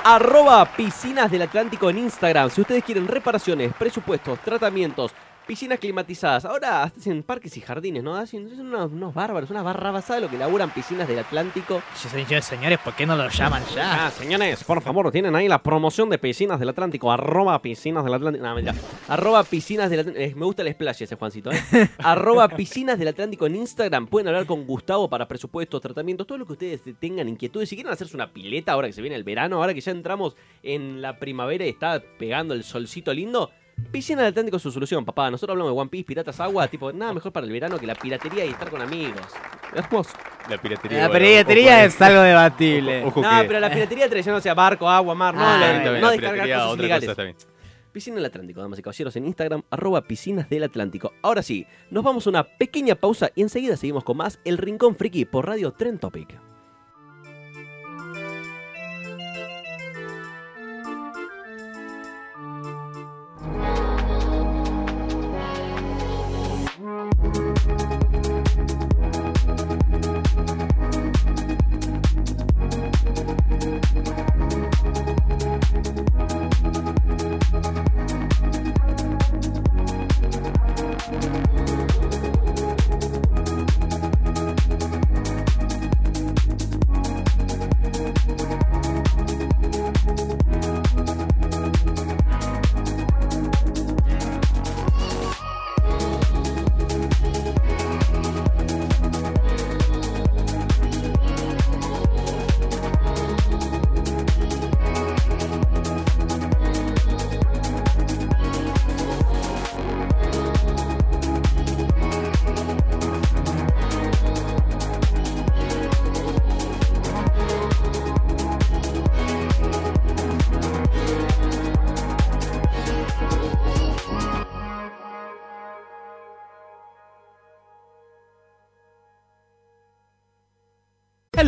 S3: Arroba Piscinas del Atlántico en Instagram. Si ustedes quieren reparaciones, presupuestos, tratamientos, piscinas climatizadas. Ahora hasta hacen parques y jardines, ¿no? Hacen, son unos, unos bárbaros, una barra basada de lo que laburan Piscinas del Atlántico.
S7: Señores, señores, ¿por qué no lo llaman ya?
S3: Ah, señores, por favor, tienen ahí la promoción de Piscinas del Atlántico, arroba Piscinas del Atlántico, no, mentira, arroba Piscinas del Atlántico, Eh, me gusta el splash ese Juancito, ¿eh? arroba Piscinas del Atlántico en Instagram, pueden hablar con Gustavo para presupuestos, tratamientos, todo lo que ustedes tengan inquietudes, si quieren hacerse una pileta ahora que se viene el verano, ahora que ya entramos en la primavera y está pegando el solcito lindo, Piscinas del Atlántico es su solución, papá, nosotros hablamos de One Piece, piratas, agua, tipo, nada mejor para el verano que la piratería y estar con amigos, hermoso.
S6: La piratería.
S7: La
S6: bueno,
S7: piratería
S6: ojo,
S7: es algo debatible.
S6: Ojo
S3: No,
S6: que-
S3: pero la piratería tradicional, o sea, barco, agua, mar, no,
S7: <laughs> Ah,
S3: la-
S6: está bien,
S3: no
S6: la
S3: descargar
S6: piratería,
S3: cosas
S6: otra
S3: ilegales.
S6: cosa, está bien.
S13: Piscina del Atlántico, damas y caballeros, en Instagram, arroba piscinas del Atlántico. Ahora sí, nos vamos a una pequeña pausa y enseguida seguimos con más El Rincón Friki por Radio Tren Topic.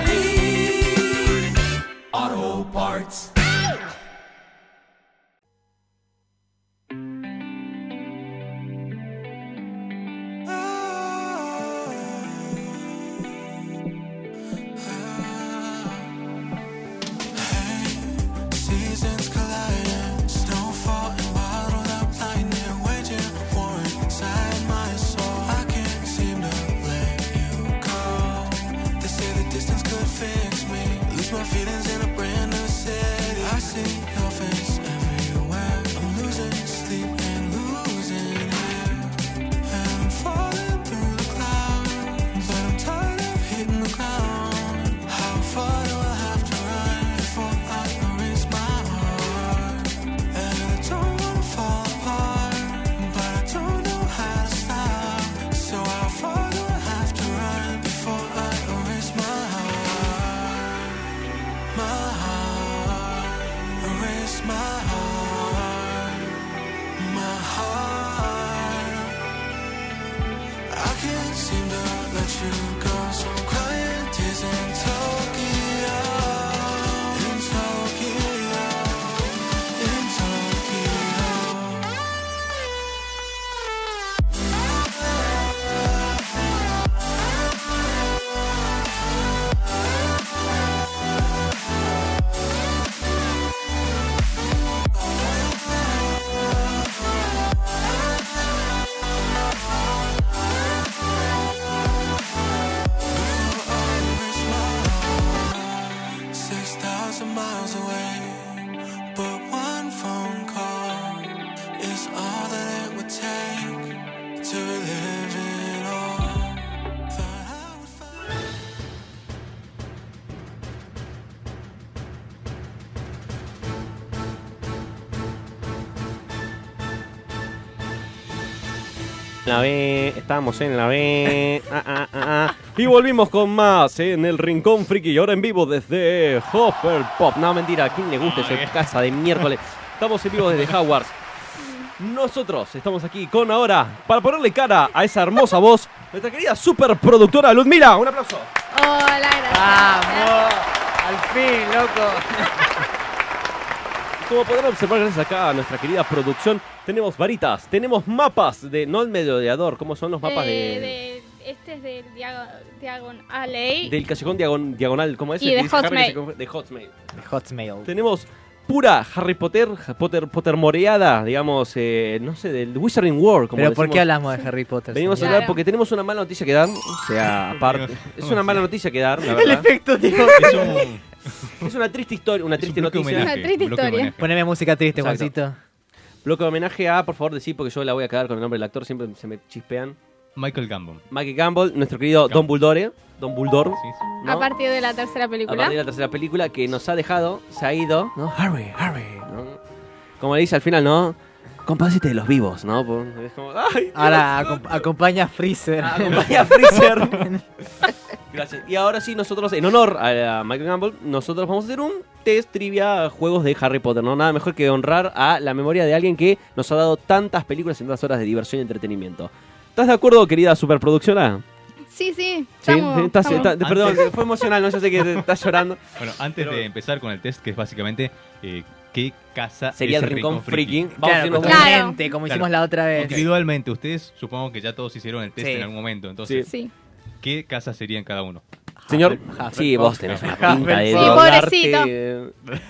S14: Seasons colliding, snowfall and bottled up lightning, waging war inside my soul. I can't seem to let you go. They say the distance could fix me, lose my feelings in a brand new city. I see your face everywhere. I'm losing sleep and losing hair, and I'm falling through the clouds. But I'm tired of hitting the ground. How far do I have to run before I can reach my heart? And I don't wanna fall apart, but I don't know how to stop. So how far do I have to run before I can reach my heart? My heart, reach my heart, my heart. I can't seem to let you go, so I'm crying tears in Tokyo, in Tokyo, in Tokyo. Six thousand miles away, but one phone call is all that it would take to live it all.
S15: La B, estamos en la B. Ah, ah, ah, ah. Y volvimos con más ¿eh?
S3: <laughs>
S15: en el Rincón Friki, ahora en vivo desde Hopper Pop. No, mentira, ¿a quién le
S16: Ah,
S15: gusta
S16: eh.
S15: esa casa de miércoles? Estamos en
S16: <laughs>
S15: vivo desde Hogwarts. Nosotros estamos aquí con ahora, para ponerle cara a esa hermosa voz, nuestra querida superproductora Ludmila. Un aplauso.
S16: Hola, gracias. Vamos, al fin,
S15: <laughs>
S16: loco.
S15: Como podrán observar, gracias acá a nuestra querida producción,
S3: tenemos varitas, tenemos mapas de. No el merodeador, ¿cómo son los mapas
S17: Eh,
S3: de,
S17: de- este es del Diagon, Diagon Alley.
S3: del callejón diagon- diagonal? ¿Cómo es?
S17: Y
S3: El
S17: de
S3: que dice Harry que se
S17: Hotmail.
S3: conf- de Hotmail.
S7: Hotmail.
S3: Tenemos pura Harry Potter, Ha- Potter, Potter moreada, digamos, eh, no sé, del Wizarding World. Como
S7: Pero ¿por
S3: decimos.
S7: qué hablamos de Harry Potter?
S3: Venimos a
S7: señor?
S3: hablar porque tenemos una mala noticia que dar.
S7: <laughs>
S3: O sea, aparte. Es una mala noticia que dar, la
S7: El
S3: verdad.
S7: efecto, tío.
S3: Es, un- es una triste historia. Una triste
S7: bloque
S3: noticia.
S7: homenaje, Una triste un bloque historia. homenaje. Poneme música triste,
S3: Exacto.
S7: Juancito.
S3: Bloque de homenaje a, por favor, decir, porque yo la voy a quedar con el nombre del actor, siempre se me chispean.
S6: Michael Gambon.
S3: Michael Gamble, nuestro querido Don Buldore. Don Buldor.
S17: A partir de la tercera
S3: A
S17: película.
S3: partir de la tercera película que nos ha dejado, se ha ido, ¿no? Harry, Harry, ¿no? Como le dice al final, ¿no? Compadecete de los vivos, ¿no? Por- Es como, ¡ay!
S7: Ahora acom- acompaña a Freezer.
S3: Acompaña a <laughs> Freezer. Gracias. Y ahora sí, nosotros, en honor a a Michael Gamble, nosotros vamos a hacer un test trivia juegos de Harry Potter, ¿no? Nada mejor que honrar a la memoria de alguien que nos ha dado tantas películas y tantas horas de diversión y entretenimiento. ¿Estás de acuerdo, querida superproducción? Ah?
S17: Sí, sí.
S3: Sí,
S17: Estamos,
S3: estás-
S17: estamos.
S3: está- perdón, fue emocional, ¿no? Yo sé que te- estás llorando.
S6: Bueno, antes de empezar con el test, que es básicamente eh, qué casa
S3: Sería
S6: es
S3: el rincón friki. Vamos
S7: Claro,
S6: hacer nuestra-
S7: comúnmente, como hicimos la otra vez.
S6: Individualmente, ustedes supongo que ya todos hicieron el test
S7: Sí.
S6: en algún momento. Entonces,
S17: Sí. Sí.
S6: ¿qué casa serían cada uno?
S3: Señor, sí, vos tenés una pinta de
S6: Sí,
S3: drogarte.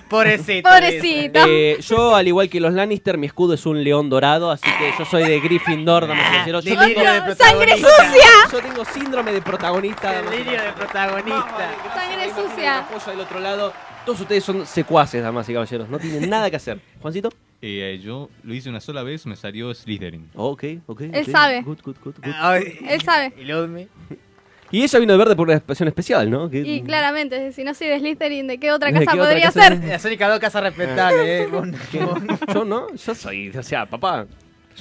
S7: Pobrecito.
S17: Pobrecito.
S3: Eh, yo, al igual que los Lannister, mi escudo es un león dorado, así que yo soy de Gryffindor, damas y caballeros. Yo
S7: Ah, Delirio
S3: tengo-
S7: de ¡Sangre
S3: Yo-
S7: sucia!
S3: Yo tengo síndrome de protagonista. damas y
S7: Delirio de protagonista.
S17: Sangre
S3: sucia. Apoyo del otro lado. Todos ustedes son secuaces, damas y caballeros. No tienen nada que hacer. Juancito.
S6: Eh, yo lo hice una sola vez, me salió Slytherin.
S3: Ok, ok.
S17: Él sabe.
S3: Good, good, good, good.
S17: Él sabe.
S3: Y ella vino de verde por una expresión especial, ¿no? Que-
S17: Y claramente, si no soy de Slytherin, ¿de qué otra
S3: ¿De
S17: casa
S3: qué otra
S17: podría
S3: casa? Ah.
S17: ser?
S7: La única dos casas respetables, eh. vos no.
S3: <laughs> Yo no, yo soy, o sea, papá.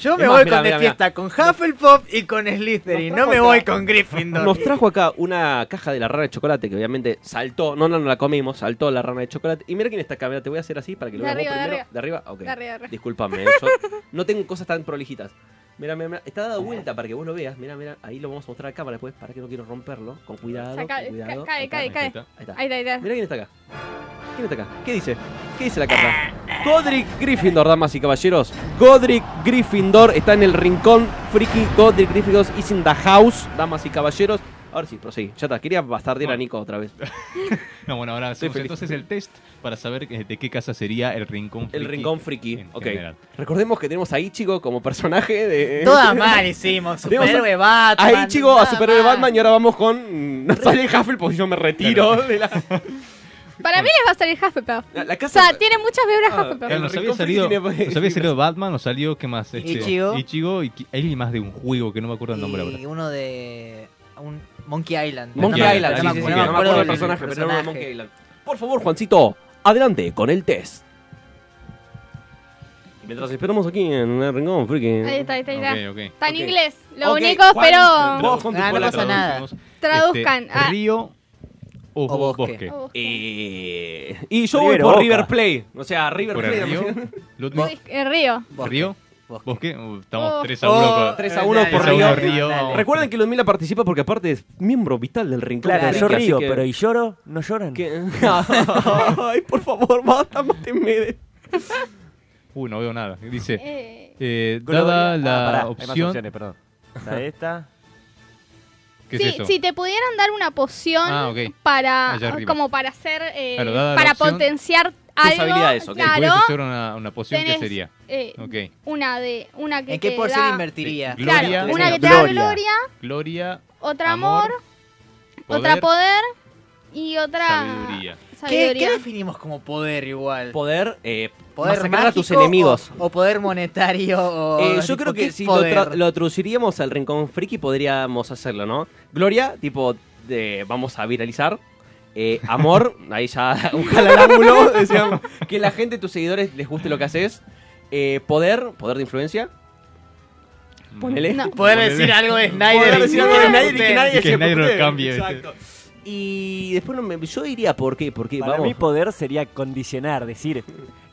S7: Yo me
S3: Es más,
S7: voy
S3: mirá,
S7: con
S3: mirá,
S7: de
S3: mirá.
S7: fiesta con Hufflepuff y con Slytherin. No me voy con Gryffindor.
S3: Nos trajo acá una caja de la rana de chocolate que obviamente saltó. No, no, no la comimos, saltó la rana de chocolate. Y mira quién está acá, mirá, te voy a hacer así para que lo
S17: De
S3: veas vos
S17: arriba, de
S3: primero.
S17: arriba.
S3: De arriba, ok.
S17: De arriba, de arriba.
S3: Discúlpame, yo no tengo cosas tan prolijitas. Mira, mira, mira, está dado vuelta para que vos lo veas. Mira, mira, ahí lo vamos a mostrar a cámara después para que no quiero romperlo. Con cuidado,
S17: Saca-
S3: con cuidado.
S17: ca- cae,
S3: Ahí está,
S17: cae,
S3: ahí
S17: cae.
S3: está, Ahí está.
S17: Ahí está, ahí está.
S3: Mira quién está acá. ¿Quién está acá? ¿Qué dice? ¿Qué dice la carta? Godric Gryffindor, damas y caballeros. Godric Gryffindor está en el rincón friki. Godric Gryffindor is in the house, damas y caballeros. Ahora sí, proseguí. Ya está, quería bastardear a Nico otra vez.
S6: No, bueno, ahora hacemos
S3: feliz.
S6: entonces el test para saber eh, de qué casa sería el rincón friki.
S3: El rincón friki.
S6: en
S3: ok.
S6: general.
S3: Recordemos que tenemos a Ichigo como personaje de.
S7: Todas mal hicimos.
S3: <laughs> Tenemos
S7: Superhéroe
S3: a-
S7: Batman.
S3: A Ichigo, a
S7: todas
S3: Superhéroe
S7: mal.
S3: Batman y ahora
S7: <laughs>
S3: vamos con. No sale Hufflepuff, yo me retiro. de la...
S17: Para mí les va a salir Hufflepuff.
S3: La- la
S17: o
S3: casa-
S17: sea, tiene muchas vibras
S3: Ah,
S17: Hufflepuff.
S6: Claro, nos había
S3: rincón friki
S6: salido,
S3: tiene-
S6: nos había salido Batman, nos salió, ¿qué más? Este,
S7: Ichigo.
S6: Ichigo y qui- hay más de un juego que no me acuerdo el nombre ahora.
S7: Y uno de. Un Monkey Island.
S3: Monkey
S7: No me-
S3: Island,
S7: no
S3: sí,
S7: me-
S3: sí, sí,
S7: no
S3: que
S7: me
S3: no me acuerdo del
S7: del
S3: personaje, pero era uno de Monkey Island. Por favor, Juancito, adelante con el test. Y mientras esperamos aquí en el rincón, friki.
S17: Ahí está, ahí está, ahí está.
S6: Ok, ok.
S17: Está en
S3: Ok.
S17: inglés. Lo
S3: Ok,
S17: único,
S3: Juan,
S17: pero
S3: vos con tu
S7: Ah, no
S3: cola
S7: pasa nada.
S6: Este,
S17: traduzcan. Ah,
S6: Río o,
S7: O
S6: bosque.
S7: bosque.
S3: Oh,
S17: O bosque.
S3: Eh, y yo
S6: River
S3: voy
S6: o
S3: por
S6: Boca.
S3: River Play. O sea, River
S6: Por
S3: Play.
S6: el río. Ludwig,
S17: eh, río.
S6: río, bosque. Uh, Estamos
S17: Oh.
S6: 3 a 1
S3: Oh,
S6: con-
S3: 3 a 1 por
S6: tres a uno,
S3: Río. Recuerden que Ludmila participa porque aparte es miembro vital del rincón.
S18: Claro,
S3: friki,
S18: yo
S3: así
S18: río,
S3: que-
S18: pero ¿y lloro? ¿No lloran?
S3: que- <laughs> Ay, por favor, basta, mátenme de-
S6: Uh, no veo nada. Dice,
S17: Eh.
S6: eh,
S18: Gloria.
S6: dada
S18: Ah,
S6: la
S18: pará, hay más
S6: opción...
S18: opciones, perdón. Está esta.
S3: <laughs>
S6: ¿Qué
S17: Sí,
S6: es eso?
S17: Eh, si te pudieran dar una poción
S6: Ah, ok.
S17: para
S6: Allá arriba.
S17: como para hacer eh,
S6: Claro, dada la
S17: para
S6: opción,
S17: potenciar
S3: Tus
S17: algo,
S3: habilidades, ok.
S6: Puedes
S17: claro,
S6: hacer una, una poción, ¿qué
S17: tenés,
S6: sería?
S17: eh,
S6: Ok.
S17: una de una que
S7: ¿En qué
S17: te
S7: porción
S17: da-
S7: invertiría?
S17: Claro,
S6: Gloria.
S17: una que te da
S6: Gloria.
S17: gloria,
S6: Gloria,
S17: otra amor,
S6: poder,
S17: otra poder y otra
S6: sabiduría.
S7: ¿Qué,
S17: sabiduría.
S7: ¿Qué definimos como poder igual?
S3: Poder, eh,
S7: ¿Poder
S3: masacrar a
S7: mágico
S3: tus enemigos.
S7: O, o poder monetario. O,
S3: <laughs> Eh, yo
S7: tipo,
S3: creo
S7: ¿qué
S3: que si lo,
S7: poder?
S3: tra- lo traduciríamos al rincón friki podríamos hacerlo, ¿no? Gloria, tipo, de, vamos a viralizar. Eh,
S7: <laughs>
S3: amor, ahí ya <laughs> un jala al ángulo. decíamos, que la gente, tus seguidores, les guste lo que haces. Eh, poder, poder de influencia. Ponele.
S17: No.
S7: Poder decir algo de Snyder.
S3: Poder
S7: y- <laughs>
S3: decir algo de Snyder y que nadie
S6: Y que
S3: se
S6: nadie lo
S3: putee.
S6: cambie, ¿viste?
S3: Exacto. Y después no me- yo diría por qué, por qué,
S18: Para
S3: vamos.
S18: mí poder sería condicionar, decir,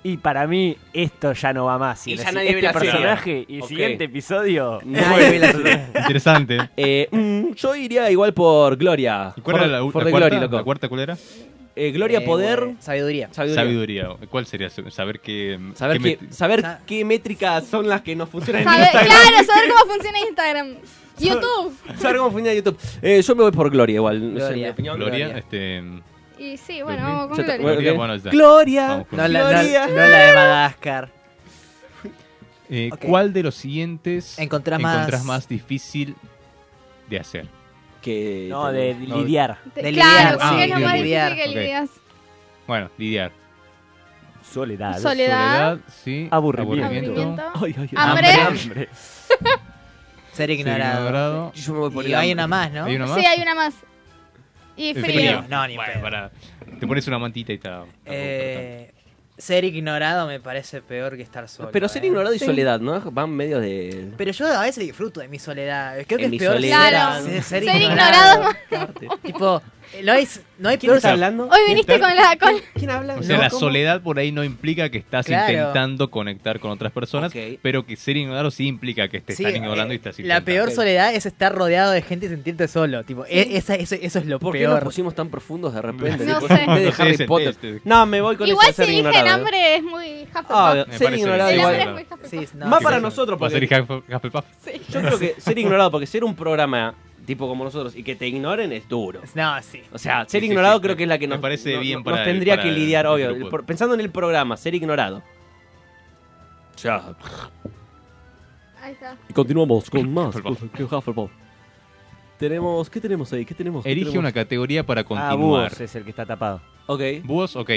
S18: y para mí esto ya no va más. Y,
S3: Y
S18: el
S3: ya
S18: si-
S3: nadie ve
S18: este
S3: la serie.
S18: personaje y el
S3: Ok.
S18: siguiente episodio.
S6: <laughs>
S3: Nadie ve la serie.
S6: Interesante.
S3: Eh, mm, yo iría igual por Gloria.
S6: ¿Cuál
S3: For-
S6: era la, u-
S3: for
S6: la
S3: the
S6: cuarta?
S3: Glory, loco.
S6: ¿La cuarta cuál era?
S3: Eh, Gloria,
S7: Eh,
S3: poder.
S7: Sabiduría.
S3: Sabiduría.
S6: Sabiduría. ¿Cuál sería? Saber que...
S3: Saber,
S6: que
S3: qué, saber
S7: Ah.
S3: qué métricas son las que nos funcionan en
S17: Saber-
S3: Instagram.
S17: claro, saber cómo funciona Instagram. YouTube.
S3: Saber cómo funciona YouTube. Eh, yo me voy por Gloria igual. no sé,
S6: Gloria.
S3: mi opinión,
S6: Gloria, este...
S17: Y sí, bueno, vamos con
S3: Ya está,
S17: Gloria.
S6: Gloria,
S3: ok.
S6: bueno, ya está.
S3: Gloria.
S6: Vamos con
S7: No la, no-
S3: Gloria.
S7: no la de Madagascar.
S6: Eh,
S7: Ok.
S6: ¿Cuál de los siguientes
S7: Encontrás más-
S6: encontrás más difícil de hacer?
S3: Que
S18: No, de lidiar.
S17: Te- claro,
S6: Ah,
S17: porque es lo
S6: ok,
S17: más
S6: ok.
S17: difícil que
S6: Ok.
S17: lidias.
S6: Bueno, lidiar.
S18: Soledad.
S17: Soledad.
S6: sí.
S18: Aburrimiento.
S17: Aburrimiento.
S3: Ay, ay, ay.
S7: Ah,
S17: Hambre.
S6: Hambre.
S7: Ser
S6: Ser
S7: ignorado.
S6: ignorado.
S3: Yo me voy por
S7: Y
S3: el
S7: hay
S3: hambre.
S7: una más, ¿no?
S6: ¿Hay una más?
S17: Sí, hay una más. Y
S6: El
S17: frío.
S7: No, ni
S6: Bueno,
S7: pedo.
S6: pará. Te pones una mantita y está.
S7: Eh, ser ignorado me parece peor que estar solo.
S3: Pero ser
S7: ¿eh?
S3: ignorado y
S7: Sí.
S3: soledad, ¿no? Van medio de.
S7: Pero yo a veces disfruto de mi soledad. Creo que
S3: En mi
S7: es peor ser-
S3: soledad.
S7: ser, ser
S17: Ser
S7: ignorado. tipo, no hay, no hay
S3: ¿Quién
S7: peor
S3: está
S7: ser-
S3: hablando?
S17: Hoy viniste
S6: Estar-
S17: con la. Con...
S7: ¿Quién habla?
S6: O sea, la
S7: ¿Cómo?
S6: soledad por ahí no implica que estás
S7: Claro.
S6: intentando conectar con otras personas,
S3: Ok.
S6: pero que ser ignorado sí implica que te
S7: Sí, eh,
S6: están ignorando y estás
S7: La
S6: intentando.
S7: peor soledad es estar rodeado de gente y sentirte solo. Tipo, e- esa- eso, eso es lo
S3: ¿Por qué nos
S7: peor.
S3: pusimos tan profundos de repente?
S17: No
S3: Tipo,
S17: sé.
S3: ustedes de
S6: No sé,
S3: Harry
S6: ese
S3: Potter.
S6: test.
S3: No, me voy con
S17: Igual
S3: esa
S17: si
S3: ser
S17: eligen
S3: ignorado. ¿eh?
S17: hambre es muy
S3: Ah,
S17: Hufflepuff.
S6: Me
S3: ser
S6: parece
S3: ignorado
S17: el
S6: bien.
S3: igual.
S17: hambre es muy Hufflepuff.
S7: Sí, no,
S3: Más
S7: sí,
S3: para
S7: sí.
S3: nosotros,
S6: ¿Vas a
S3: porque
S6: ser Huff- Hufflepuff?
S3: yo creo que ser ignorado, porque ser un programa tipo como nosotros y que te ignoren es duro.
S7: No, sí.
S3: O sea, ser
S6: Sí, sí,
S3: ignorado
S6: sí,
S3: creo que es la que
S6: me
S3: nos,
S6: parece
S3: no-
S6: bien
S3: nos
S6: para el-
S3: tendría
S6: para
S3: que
S6: el-
S3: lidiar,
S6: el
S3: obvio.
S6: grupo.
S3: Por- pensando en el programa, ser ignorado. Ya.
S17: Ahí está.
S3: Y continuamos con más.
S6: Hufflepuff.
S3: que Hufflepuff. Tenemos, ¿Qué tenemos ahí? ¿Qué tenemos? ¿Qué
S6: Erige
S3: tenemos?
S6: una categoría para
S18: Ah,
S6: continuar.
S18: búhos es el que está tapado.
S3: Ok.
S6: búhos, ok.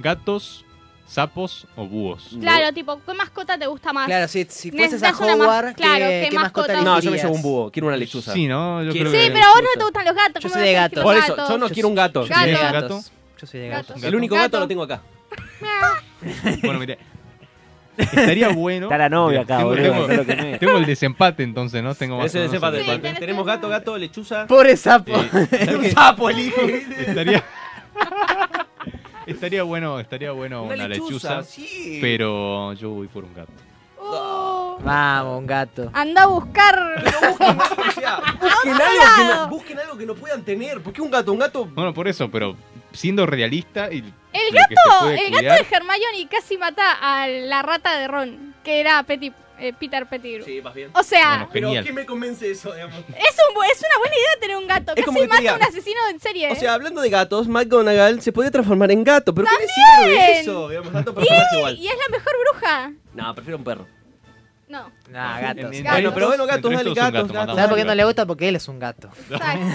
S6: Gatos, sapos o búhos.
S17: Claro, tipo, ¿qué mascota te gusta más?
S7: Claro, si, si fueses a
S17: Necesitas una mas-
S7: Howard, ¿qué,
S17: claro, ¿qué
S7: qué mascota
S17: mascota?
S3: No, yo me
S7: elegirías?
S3: llevo un búho. Quiero una lechuza.
S6: Sí, ¿no? Yo
S3: Quiero-
S6: creo
S17: Sí,
S6: que-
S17: pero a vos no te gustan los gatos.
S7: Yo
S17: ¿cómo
S7: soy de
S17: vas a elegir
S7: gato.
S3: Por
S17: los
S3: eso,
S17: gatos?
S3: yo no quiero un gato.
S17: Gato.
S6: ¿Tienes
S17: Gato.
S6: gatos?
S7: Yo soy de
S17: Gato.
S7: gato.
S17: Gato.
S3: El único gato.
S17: Gato.
S3: lo tengo acá.
S6: Bueno, mira.
S3: <laughs>
S6: Estaría bueno.
S18: Está la novia acá,
S6: tengo,
S18: boludo,
S6: tengo-
S18: no sé lo que me-
S6: tengo el desempate entonces, ¿no? Tengo más
S3: Ese
S6: o menos
S3: desempate. <laughs>
S6: el
S17: Sí, tenés-
S3: Tenemos gato, gato, lechuza.
S7: Pobre sapo.
S6: Eh,
S3: Un sapo el hijo.
S6: estaría. <laughs> Estaría bueno, estaría bueno una, lechuza,
S3: sí.
S6: pero yo voy por un gato.
S17: Uh,
S7: Vamos, un gato.
S17: Anda a buscar.
S3: Pero busquen, o <laughs> sea, busquen algo que no, busquen algo que no puedan tener. ¿Por qué un gato? Un gato.
S6: Bueno, por eso, pero siendo realista y
S17: El
S6: lo que se
S17: gato,
S6: puede
S17: el
S6: cuidar-
S17: gato de Hermione casi mata a la rata de Ron, que era Petty- eh, Peter Pettigrew.
S3: Sí, vas bien.
S17: O sea,
S6: Bueno, genial.
S3: me convence eso, digamos?
S17: es, un bu- es una buena idea tener un gato.
S3: Es como
S17: Casi
S3: que te
S17: mata
S3: diga-
S17: a un asesino en serie.
S3: O
S17: ¿eh?
S3: sea, hablando de gatos, McGonagall se podía transformar en gato, pero ¿qué le sirve
S17: ¡También!
S3: eso? Digamos, tanto personaje <laughs> igual.
S17: y es la mejor bruja.
S3: No, prefiero un perro.
S17: No,
S7: Nah, gato.
S6: En- en-
S17: Gatos.
S3: Bueno, pero bueno,
S6: Entre
S3: gatos, dale,
S6: estos un
S3: gatos,
S6: gato,
S3: gatos.
S7: ¿Sabes por qué no
S6: gato.
S7: le gusta? Porque él es un gato.
S17: exacto.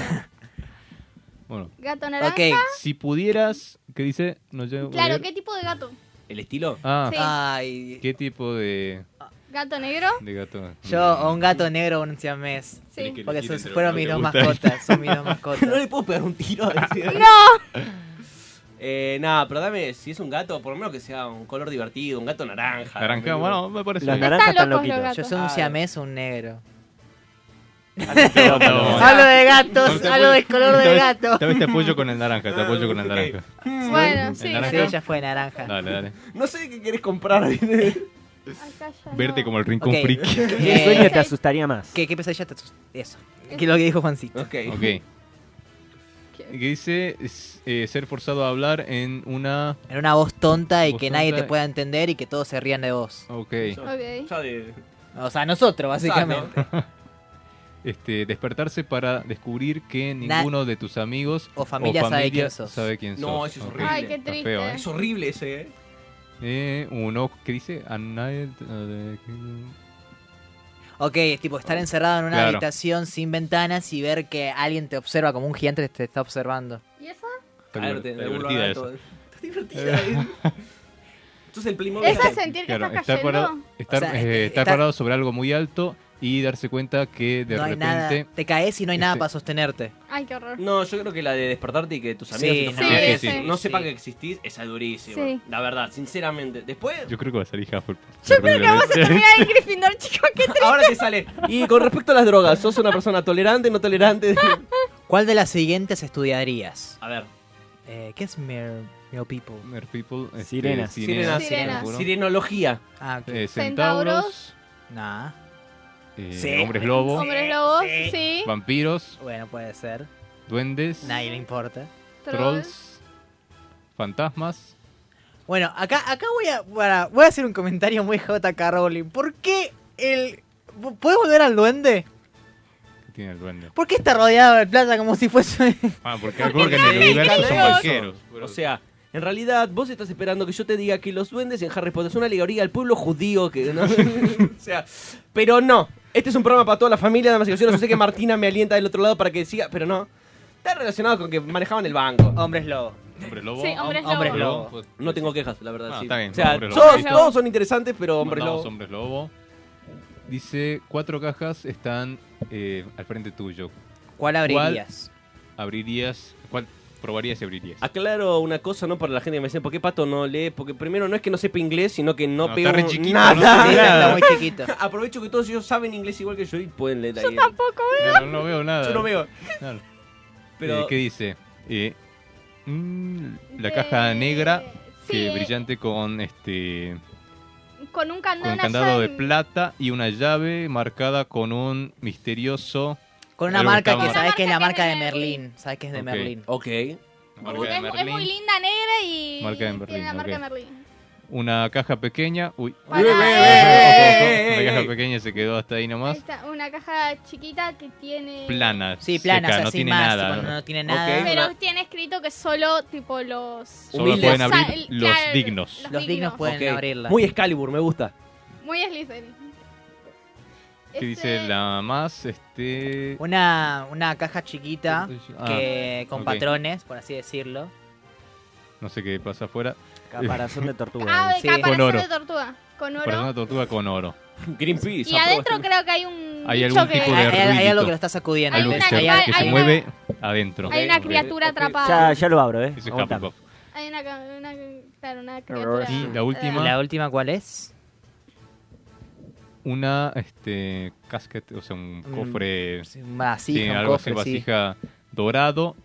S6: Bueno,
S17: Gato naranja.
S7: Ok.
S6: si pudieras, ¿qué dice? No, yo-
S17: Claro, ¿qué tipo de gato?
S3: ¿El estilo?
S6: Ah,
S17: Sí.
S7: Ay.
S6: ¿qué tipo de,
S17: ¿Gato negro?
S6: de gato? Mm,
S7: Yo, o un gato negro o un siamés.
S17: Sí.
S6: que-
S7: Porque
S6: elegir
S7: son-
S6: entre
S7: fueron
S6: lo que
S7: mis
S6: te
S7: dos
S6: gusta.
S7: mascotas. Son mis dos mascotas.
S3: <laughs> No le puedo pegar un tiro. a ese.
S17: No.
S3: eh, nada, pero dame, si es un gato, por lo menos que sea un color divertido, un gato
S6: <laughs>
S3: naranja.
S6: Naranja, bueno, me parece
S18: Los
S6: bien.
S18: naranjas
S17: Están
S18: están
S17: locos los
S18: loquitos.
S7: Yo
S17: gatos.
S7: soy un
S3: Ah.
S7: siamés o un negro.
S6: No,
S7: Hablo de
S6: no,
S7: gatos,
S6: te
S7: hablo
S6: apoyo-
S7: del color
S6: esta
S7: de
S6: vez-
S7: gato. Ah,
S6: Esta vez te apoyo con el naranja, te apoyo con el
S3: Ok.
S6: naranja.
S17: Bueno,
S6: ¿El
S17: sí.
S6: naranja?
S7: Sí, ya fue naranja.
S6: Dale, dale.
S3: No sé qué querés comprar. ¿viste?
S17: Acá ya
S6: Verte
S17: no.
S6: como el rincón
S7: Ok.
S6: friki.
S18: ¿Qué sueño te
S17: Sí.
S18: asustaría más?
S7: ¿Qué, qué pesadilla te asust- Eso. Que lo que dijo Juancito.
S3: ok.
S6: Ok. Que dice es, eh, ser forzado a hablar en una...
S7: En una voz tonta y
S6: Voz
S7: que nadie
S6: tonta.
S7: te pueda entender y que todos se rían de vos.
S6: Ok.
S17: Ok.
S3: Ya de-
S7: O sea, nosotros, básicamente.
S6: Este, despertarse para descubrir que
S7: Na-
S6: ninguno de tus amigos
S7: O familia sabe quién sos.
S6: sabe quién
S3: No,
S6: sos.
S3: eso es
S6: Ok.
S3: horrible.
S17: Ay, qué
S6: Está
S17: triste.
S6: feo, ¿eh?
S3: Es horrible ese, eh.
S6: Eh, uno que dice a nadie... a de-
S7: Ok, es tipo estar encerrado en una
S6: Claro.
S7: habitación sin ventanas y ver que alguien te observa como un gigante te está observando.
S17: ¿Y esa?
S6: Está
S3: Claro,
S6: divert-
S3: te-
S6: está
S3: de burro
S6: divertida
S3: gato.
S6: esa.
S3: Está divertida.
S6: <laughs>
S3: eh. Entonces el Playmobil.
S17: ¿Esa sentir que
S6: Claro,
S17: estás
S6: estar,
S17: cayendo?
S6: parado, estar,
S7: O sea, este,
S6: eh, estar
S7: estar-
S6: parado sobre algo muy alto y darse cuenta que de
S7: no hay nada.
S6: repente...
S7: Te caes y no hay nada
S6: este-
S7: para sostenerte.
S17: Ay, qué horror.
S3: No, yo creo que la de despertarte y que tus
S7: Sí,
S3: amigos y tus
S7: no.
S3: familiares
S6: Sí, sí,
S3: no
S7: sí.
S3: sepan que existís, esa es durísima.
S17: Sí.
S3: La verdad, sinceramente. Después,
S6: Yo creo que va a salir Hufflepuff.
S17: Yo creo que vamos a terminar en Gryffindor, chicos. ¿Qué
S3: ahora te sale. Y con respecto a las drogas, ¿sos una persona tolerante, no tolerante?
S7: <laughs> ¿Cuál de las siguientes estudiarías?
S3: A ver,
S7: Eh, ¿Qué es mere, mere people?
S6: Mer People, este,
S18: Sirenas.
S3: sirenas,
S17: Sirenas.
S6: seguro.
S3: sirenología.
S7: Ah, ok.
S6: Eh,
S17: Centauros.
S6: centauros,
S7: Nah.
S6: eh,
S7: Sí.
S6: hombres lobo,
S17: Hombres lobos,
S7: Sí.
S17: sí.
S6: vampiros,
S7: Bueno, puede ser.
S6: duendes,
S7: Nadie le importa.
S17: Trolls.
S6: trolls, fantasmas.
S7: Bueno, acá, acá voy, a, para- voy a hacer un comentario muy JK Rowling. ¿Por qué el... ¿Puedes volver al duende?
S6: que Tiene el duende.
S7: ¿Por qué está rodeado de plata como si fuese...
S6: Ah,
S7: Porque
S6: porque recuerdo que en el
S7: sí,
S6: universo son
S7: claro.
S6: vaqueros.
S3: O sea, en realidad vos estás esperando que yo te diga que los duendes en Harry Potter son una alegoría al pueblo judío
S6: <laughs>
S3: que ¿no? o sea, pero no. Este es un programa para toda la familia, damas y caballeros. Yo sé que Martina me alienta del otro lado para que siga, pero no. Está relacionado con que manejaban el banco.
S7: Hombres lobo.
S6: Hombre lobo. Pues,
S3: Sí, hombres lobo. Hombres lobo. No tengo quejas, la verdad.
S6: Ah,
S3: sí.
S6: está bien,
S3: O sea,
S6: hombres lobo.
S3: todos,
S6: Listo.
S3: todos son interesantes, pero hombres
S6: Mandamos
S3: lobo.
S6: hombres lobo. Dice, cuatro cajas están eh, al frente tuyo.
S7: ¿Cuál abrirías?
S6: abrirías? ¿Cuál probarías y abrirías?
S3: Aclaro una cosa, ¿no? Para la gente que me dice, ¿por qué Pato no lee? Porque primero no es que no sepa inglés, sino que no,
S6: No,
S3: pego
S6: está re chiquito,
S3: nada.
S6: no sé leer. Está muy
S7: chiquito.
S3: <laughs> Aprovecho que todos ellos saben inglés igual que yo y pueden leer ahí.
S17: Tampoco veo.
S3: <laughs>
S6: No, no veo nada.
S3: Yo no veo.
S6: Claro.
S3: Pero-
S6: Eh, ¿Qué dice? Eh, mm, la
S17: Eh,
S6: caja negra, que brillante con este
S17: Con un candado,
S6: con un
S17: una
S6: candado de
S17: llave.
S6: plata y una llave marcada con un misterioso...
S7: Con una
S6: algo
S7: marca
S6: está
S7: que
S6: mar-
S7: sabes que es la marca de Merlín. Sabes que es de
S6: Ok.
S7: Merlín.
S3: Ok.
S6: Marca
S17: Es,
S6: de
S17: mu- es muy
S6: Merlín.
S17: linda, negra y.
S6: Marca de Merlín,
S17: Tiene la marca
S6: ok.
S17: de Merlín.
S6: Una caja pequeña... Uy.
S17: Pará, eh,
S6: Ojo, ojo,
S17: eh,
S6: Una
S17: eh,
S6: caja
S17: eh.
S6: pequeña se quedó hasta ahí nomás.
S17: Está una caja chiquita que tiene.
S6: Plana.
S7: Sí, plana,
S6: seca,
S7: o sea,
S6: no
S7: sin
S6: tiene
S7: más,
S6: nada.
S7: tipo, no tiene
S6: Ok,
S7: nada.
S17: Pero
S6: una-
S17: tiene escrito que solo, tipo, los.
S6: Solo
S3: Humildes.
S6: pueden
S17: O sea,
S6: abrir
S17: el-
S6: los
S17: claro,
S6: dignos.
S17: los Los dignos dignos. pueden
S3: Ok.
S17: abrirla.
S3: Muy Excalibur, me gusta.
S17: Muy Este, Slytherin.
S6: ¿Qué dice la más? Este...
S7: Una, una caja chiquita
S6: Ah,
S7: que, con
S6: ok.
S7: patrones, por así decirlo.
S6: No sé qué pasa afuera.
S10: Caparazón de
S17: Ah,
S6: tortuga.
S17: de caparazón
S6: Con oro.
S17: de tortuga. Con
S6: Para
S17: oro.
S6: una tortuga con oro.
S3: Greenpeace.
S17: Y adentro creo que hay un.
S6: Hay
S17: bicho
S6: algún
S17: que-
S6: tipo de
S7: Hay- hay
S6: ruidito.
S7: algo que lo está sacudiendo.
S6: Algo
S7: Hay
S6: que
S7: un
S6: se,
S7: animal,
S6: que se
S7: hay una-
S6: mueve adentro.
S17: Hay una criatura
S10: Ya,
S17: atrapada.
S10: ya lo abro, ¿eh?
S6: Ese es
S10: Aguantá.
S6: Hufflepuff.
S17: Hay una. ca- una claro, una criatura. Eh,
S6: Y la última.
S7: ¿La última cuál es?
S6: Una este, casket, o sea, un
S7: Mm,
S6: cofre.
S7: sí, un vasija,
S6: sí,
S7: un
S6: algo así,
S7: cofre, sí.
S6: vasija dorado.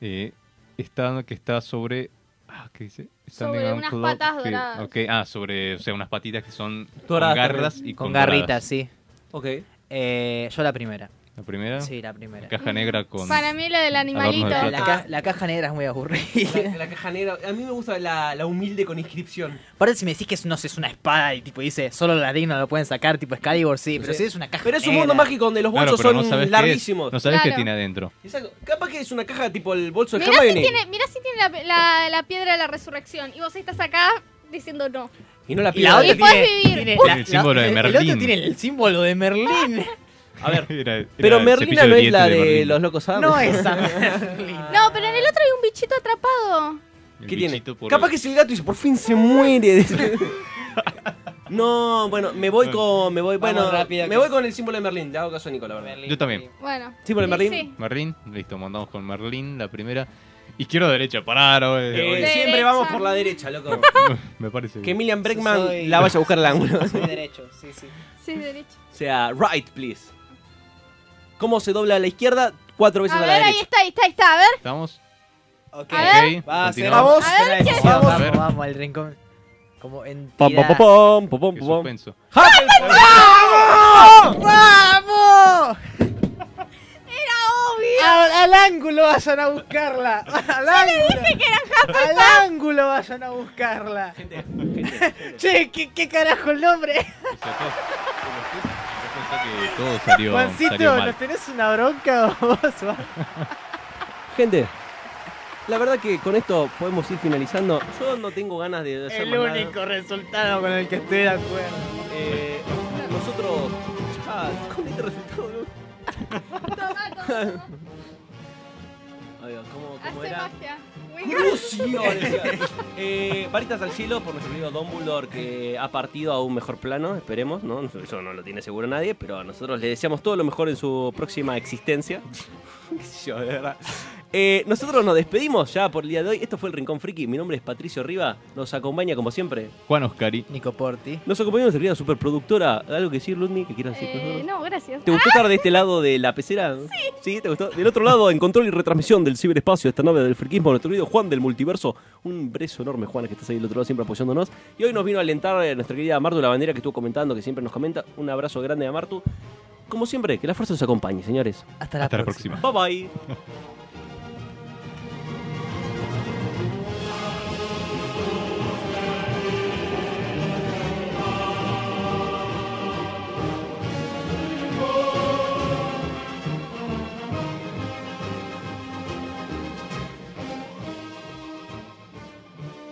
S6: eh, está, que está sobre. Ah, ¿Qué dice? Standing
S17: Sobre
S6: on
S17: unas
S6: cloud
S17: patas
S6: field.
S17: doradas.
S6: Ok, Ah, sobre. O sea, unas patitas que son
S7: Doradas
S6: con garras
S7: también.
S6: y
S7: Con
S6: con,
S7: garritas,
S6: doradas.
S7: sí.
S3: Ok.
S7: Eh, yo la primera.
S6: ¿La primera?
S7: Sí, la primera.
S3: Mm.
S6: Caja negra con.
S17: Para mí lo del animalito.
S6: adorno de
S7: La,
S6: plata.
S7: ca- la caja negra es muy aburrida.
S3: La, la caja negra. A mí me gusta la, la humilde con inscripción.
S7: Aparte, si me decís que es, no sé, es una espada y tipo dice solo la digna lo pueden sacar, tipo Excalibur, sí, pero
S3: Sí.
S7: si es una caja
S3: Pero es un
S7: negra.
S3: mundo mágico donde los
S6: Claro,
S3: bolsos
S6: pero no
S3: son
S6: sabes qué es,
S3: larguísimos.
S6: No sabes qué tiene adentro.
S3: Exacto. Capaz que es una caja tipo el bolso de
S17: Mirá si,
S3: Hermione.
S17: tiene, mirá si tiene la, la- la piedra de la resurrección y vos estás acá diciendo no.
S3: Y no la
S7: Y la
S3: piedra.
S7: otra
S17: Y podés
S7: tiene,
S17: vivir.
S7: tiene
S17: Uf.
S7: la-
S6: El símbolo
S7: la-
S6: de
S7: el- El
S6: Merlín.
S7: otro tiene el símbolo de Merlín.
S3: A ver.
S6: <laughs> Era- era
S3: Pero
S6: el
S3: Merlina
S6: cepillo
S3: no es
S6: dientes
S3: la de,
S6: Merlín.
S3: los locos Adams.
S7: No esa
S3: <laughs>
S7: Merlín.
S17: No, pero en el otro hay un bichito atrapado.
S6: El
S3: ¿Qué tiene?
S6: bichito por-
S3: Capaz que es el gato y dice, por fin se
S6: <laughs>
S3: muere. no, bueno, me voy con. Me voy,
S7: Vamos
S3: bueno,
S7: rápida,
S3: me
S7: que-
S3: voy con el símbolo de Merlín. Le hago caso a Nico, la verdad.
S6: Yo también.
S17: Bueno.
S3: ¿Símbolo de
S17: y
S3: Merlín?
S17: sí.
S6: Merlín, listo, mandamos con Merlín, la primera. Izquierda o derecha, pararo.
S3: Eh,
S6: eh, eh,
S3: siempre vamos por la
S7: <laughs>
S3: derecha, loco.
S6: <laughs> me parece.
S3: que
S6: bien.
S3: Emilian Breckman
S7: Yo soy-
S3: la vaya a buscar al ángulo.
S7: Soy derecho, sí, sí.
S17: Sí, derecho.
S3: o sea, right, please. ¿Cómo se dobla a la izquierda? Cuatro veces
S17: A
S3: a,
S17: ver,
S3: la
S17: ahí
S3: derecha.
S17: está, ahí está, ahí está. A ver.
S6: ¿Estamos?
S7: Ok.
S17: A ver.
S6: Ok,
S7: Va, se-
S6: continuamos.
S17: A ver, ¿qué-
S7: Vamos,
S6: A ver.
S7: vamos, vamos al rincón. Como en.
S3: Pom, pom, pom, pom, pom,
S6: Qué
S3: pom.
S6: suspenso.
S7: ¡Vamos! Al, al ángulo vayan a buscarla. Al ángulo. al ángulo vayan a buscarla. <laughs> Che, ¿qué, qué carajo el nombre?
S6: O sea, todo- yo pensé que todo salió, salió
S7: Juancito,
S6: mal.
S7: ¿nos tenés una bronca o vos? Juan?
S3: <laughs> Gente, la verdad que con esto podemos ir finalizando. Yo no tengo ganas de hacer
S7: El
S3: más nada.
S7: único resultado con el que estoy de acuerdo.
S3: Eh, nosotros. Ah, con este resultado, ¿no?
S7: <laughs>
S3: Oiga, ¿cómo, cómo
S17: Hace
S3: era?
S17: magia.
S3: ¡Crucio! decía. Eh, varitas al cielo por nuestro amigo Dumbledore que ha partido a un mejor plano, esperemos, ¿no? Eso no lo tiene seguro nadie, pero a nosotros le deseamos todo lo mejor en su próxima existencia. <laughs> Qué sé yo, de verdad. Eh, nosotros nos despedimos ya por el día de hoy. Esto fue el Rincón Friki. Mi nombre es Patricio Riva. Nos acompaña como siempre.
S6: Juan Oscari.
S7: Nico Porti.
S3: Nos acompaña nuestra querida superproductora. ¿Algo que decir, Ludmi? ¿Que quieras decir?
S17: Eh, no, gracias.
S3: ¿Te gustó estar de este lado de la pecera? Sí. ¿te gustó? Del otro lado, en control y retransmisión del ciberespacio, esta nave del friquismo, nuestro querido Juan del Multiverso. Un beso enorme, Juan, que estás ahí del otro lado siempre apoyándonos. Y hoy nos vino a alentar eh, nuestra querida Martu La Bandera, que estuvo comentando, que siempre nos comenta. Un abrazo grande a Martu. Como siempre, que la fuerza nos acompañe, señores.
S7: Hasta la
S6: Hasta la
S7: próxima.
S6: próxima.
S3: Bye bye.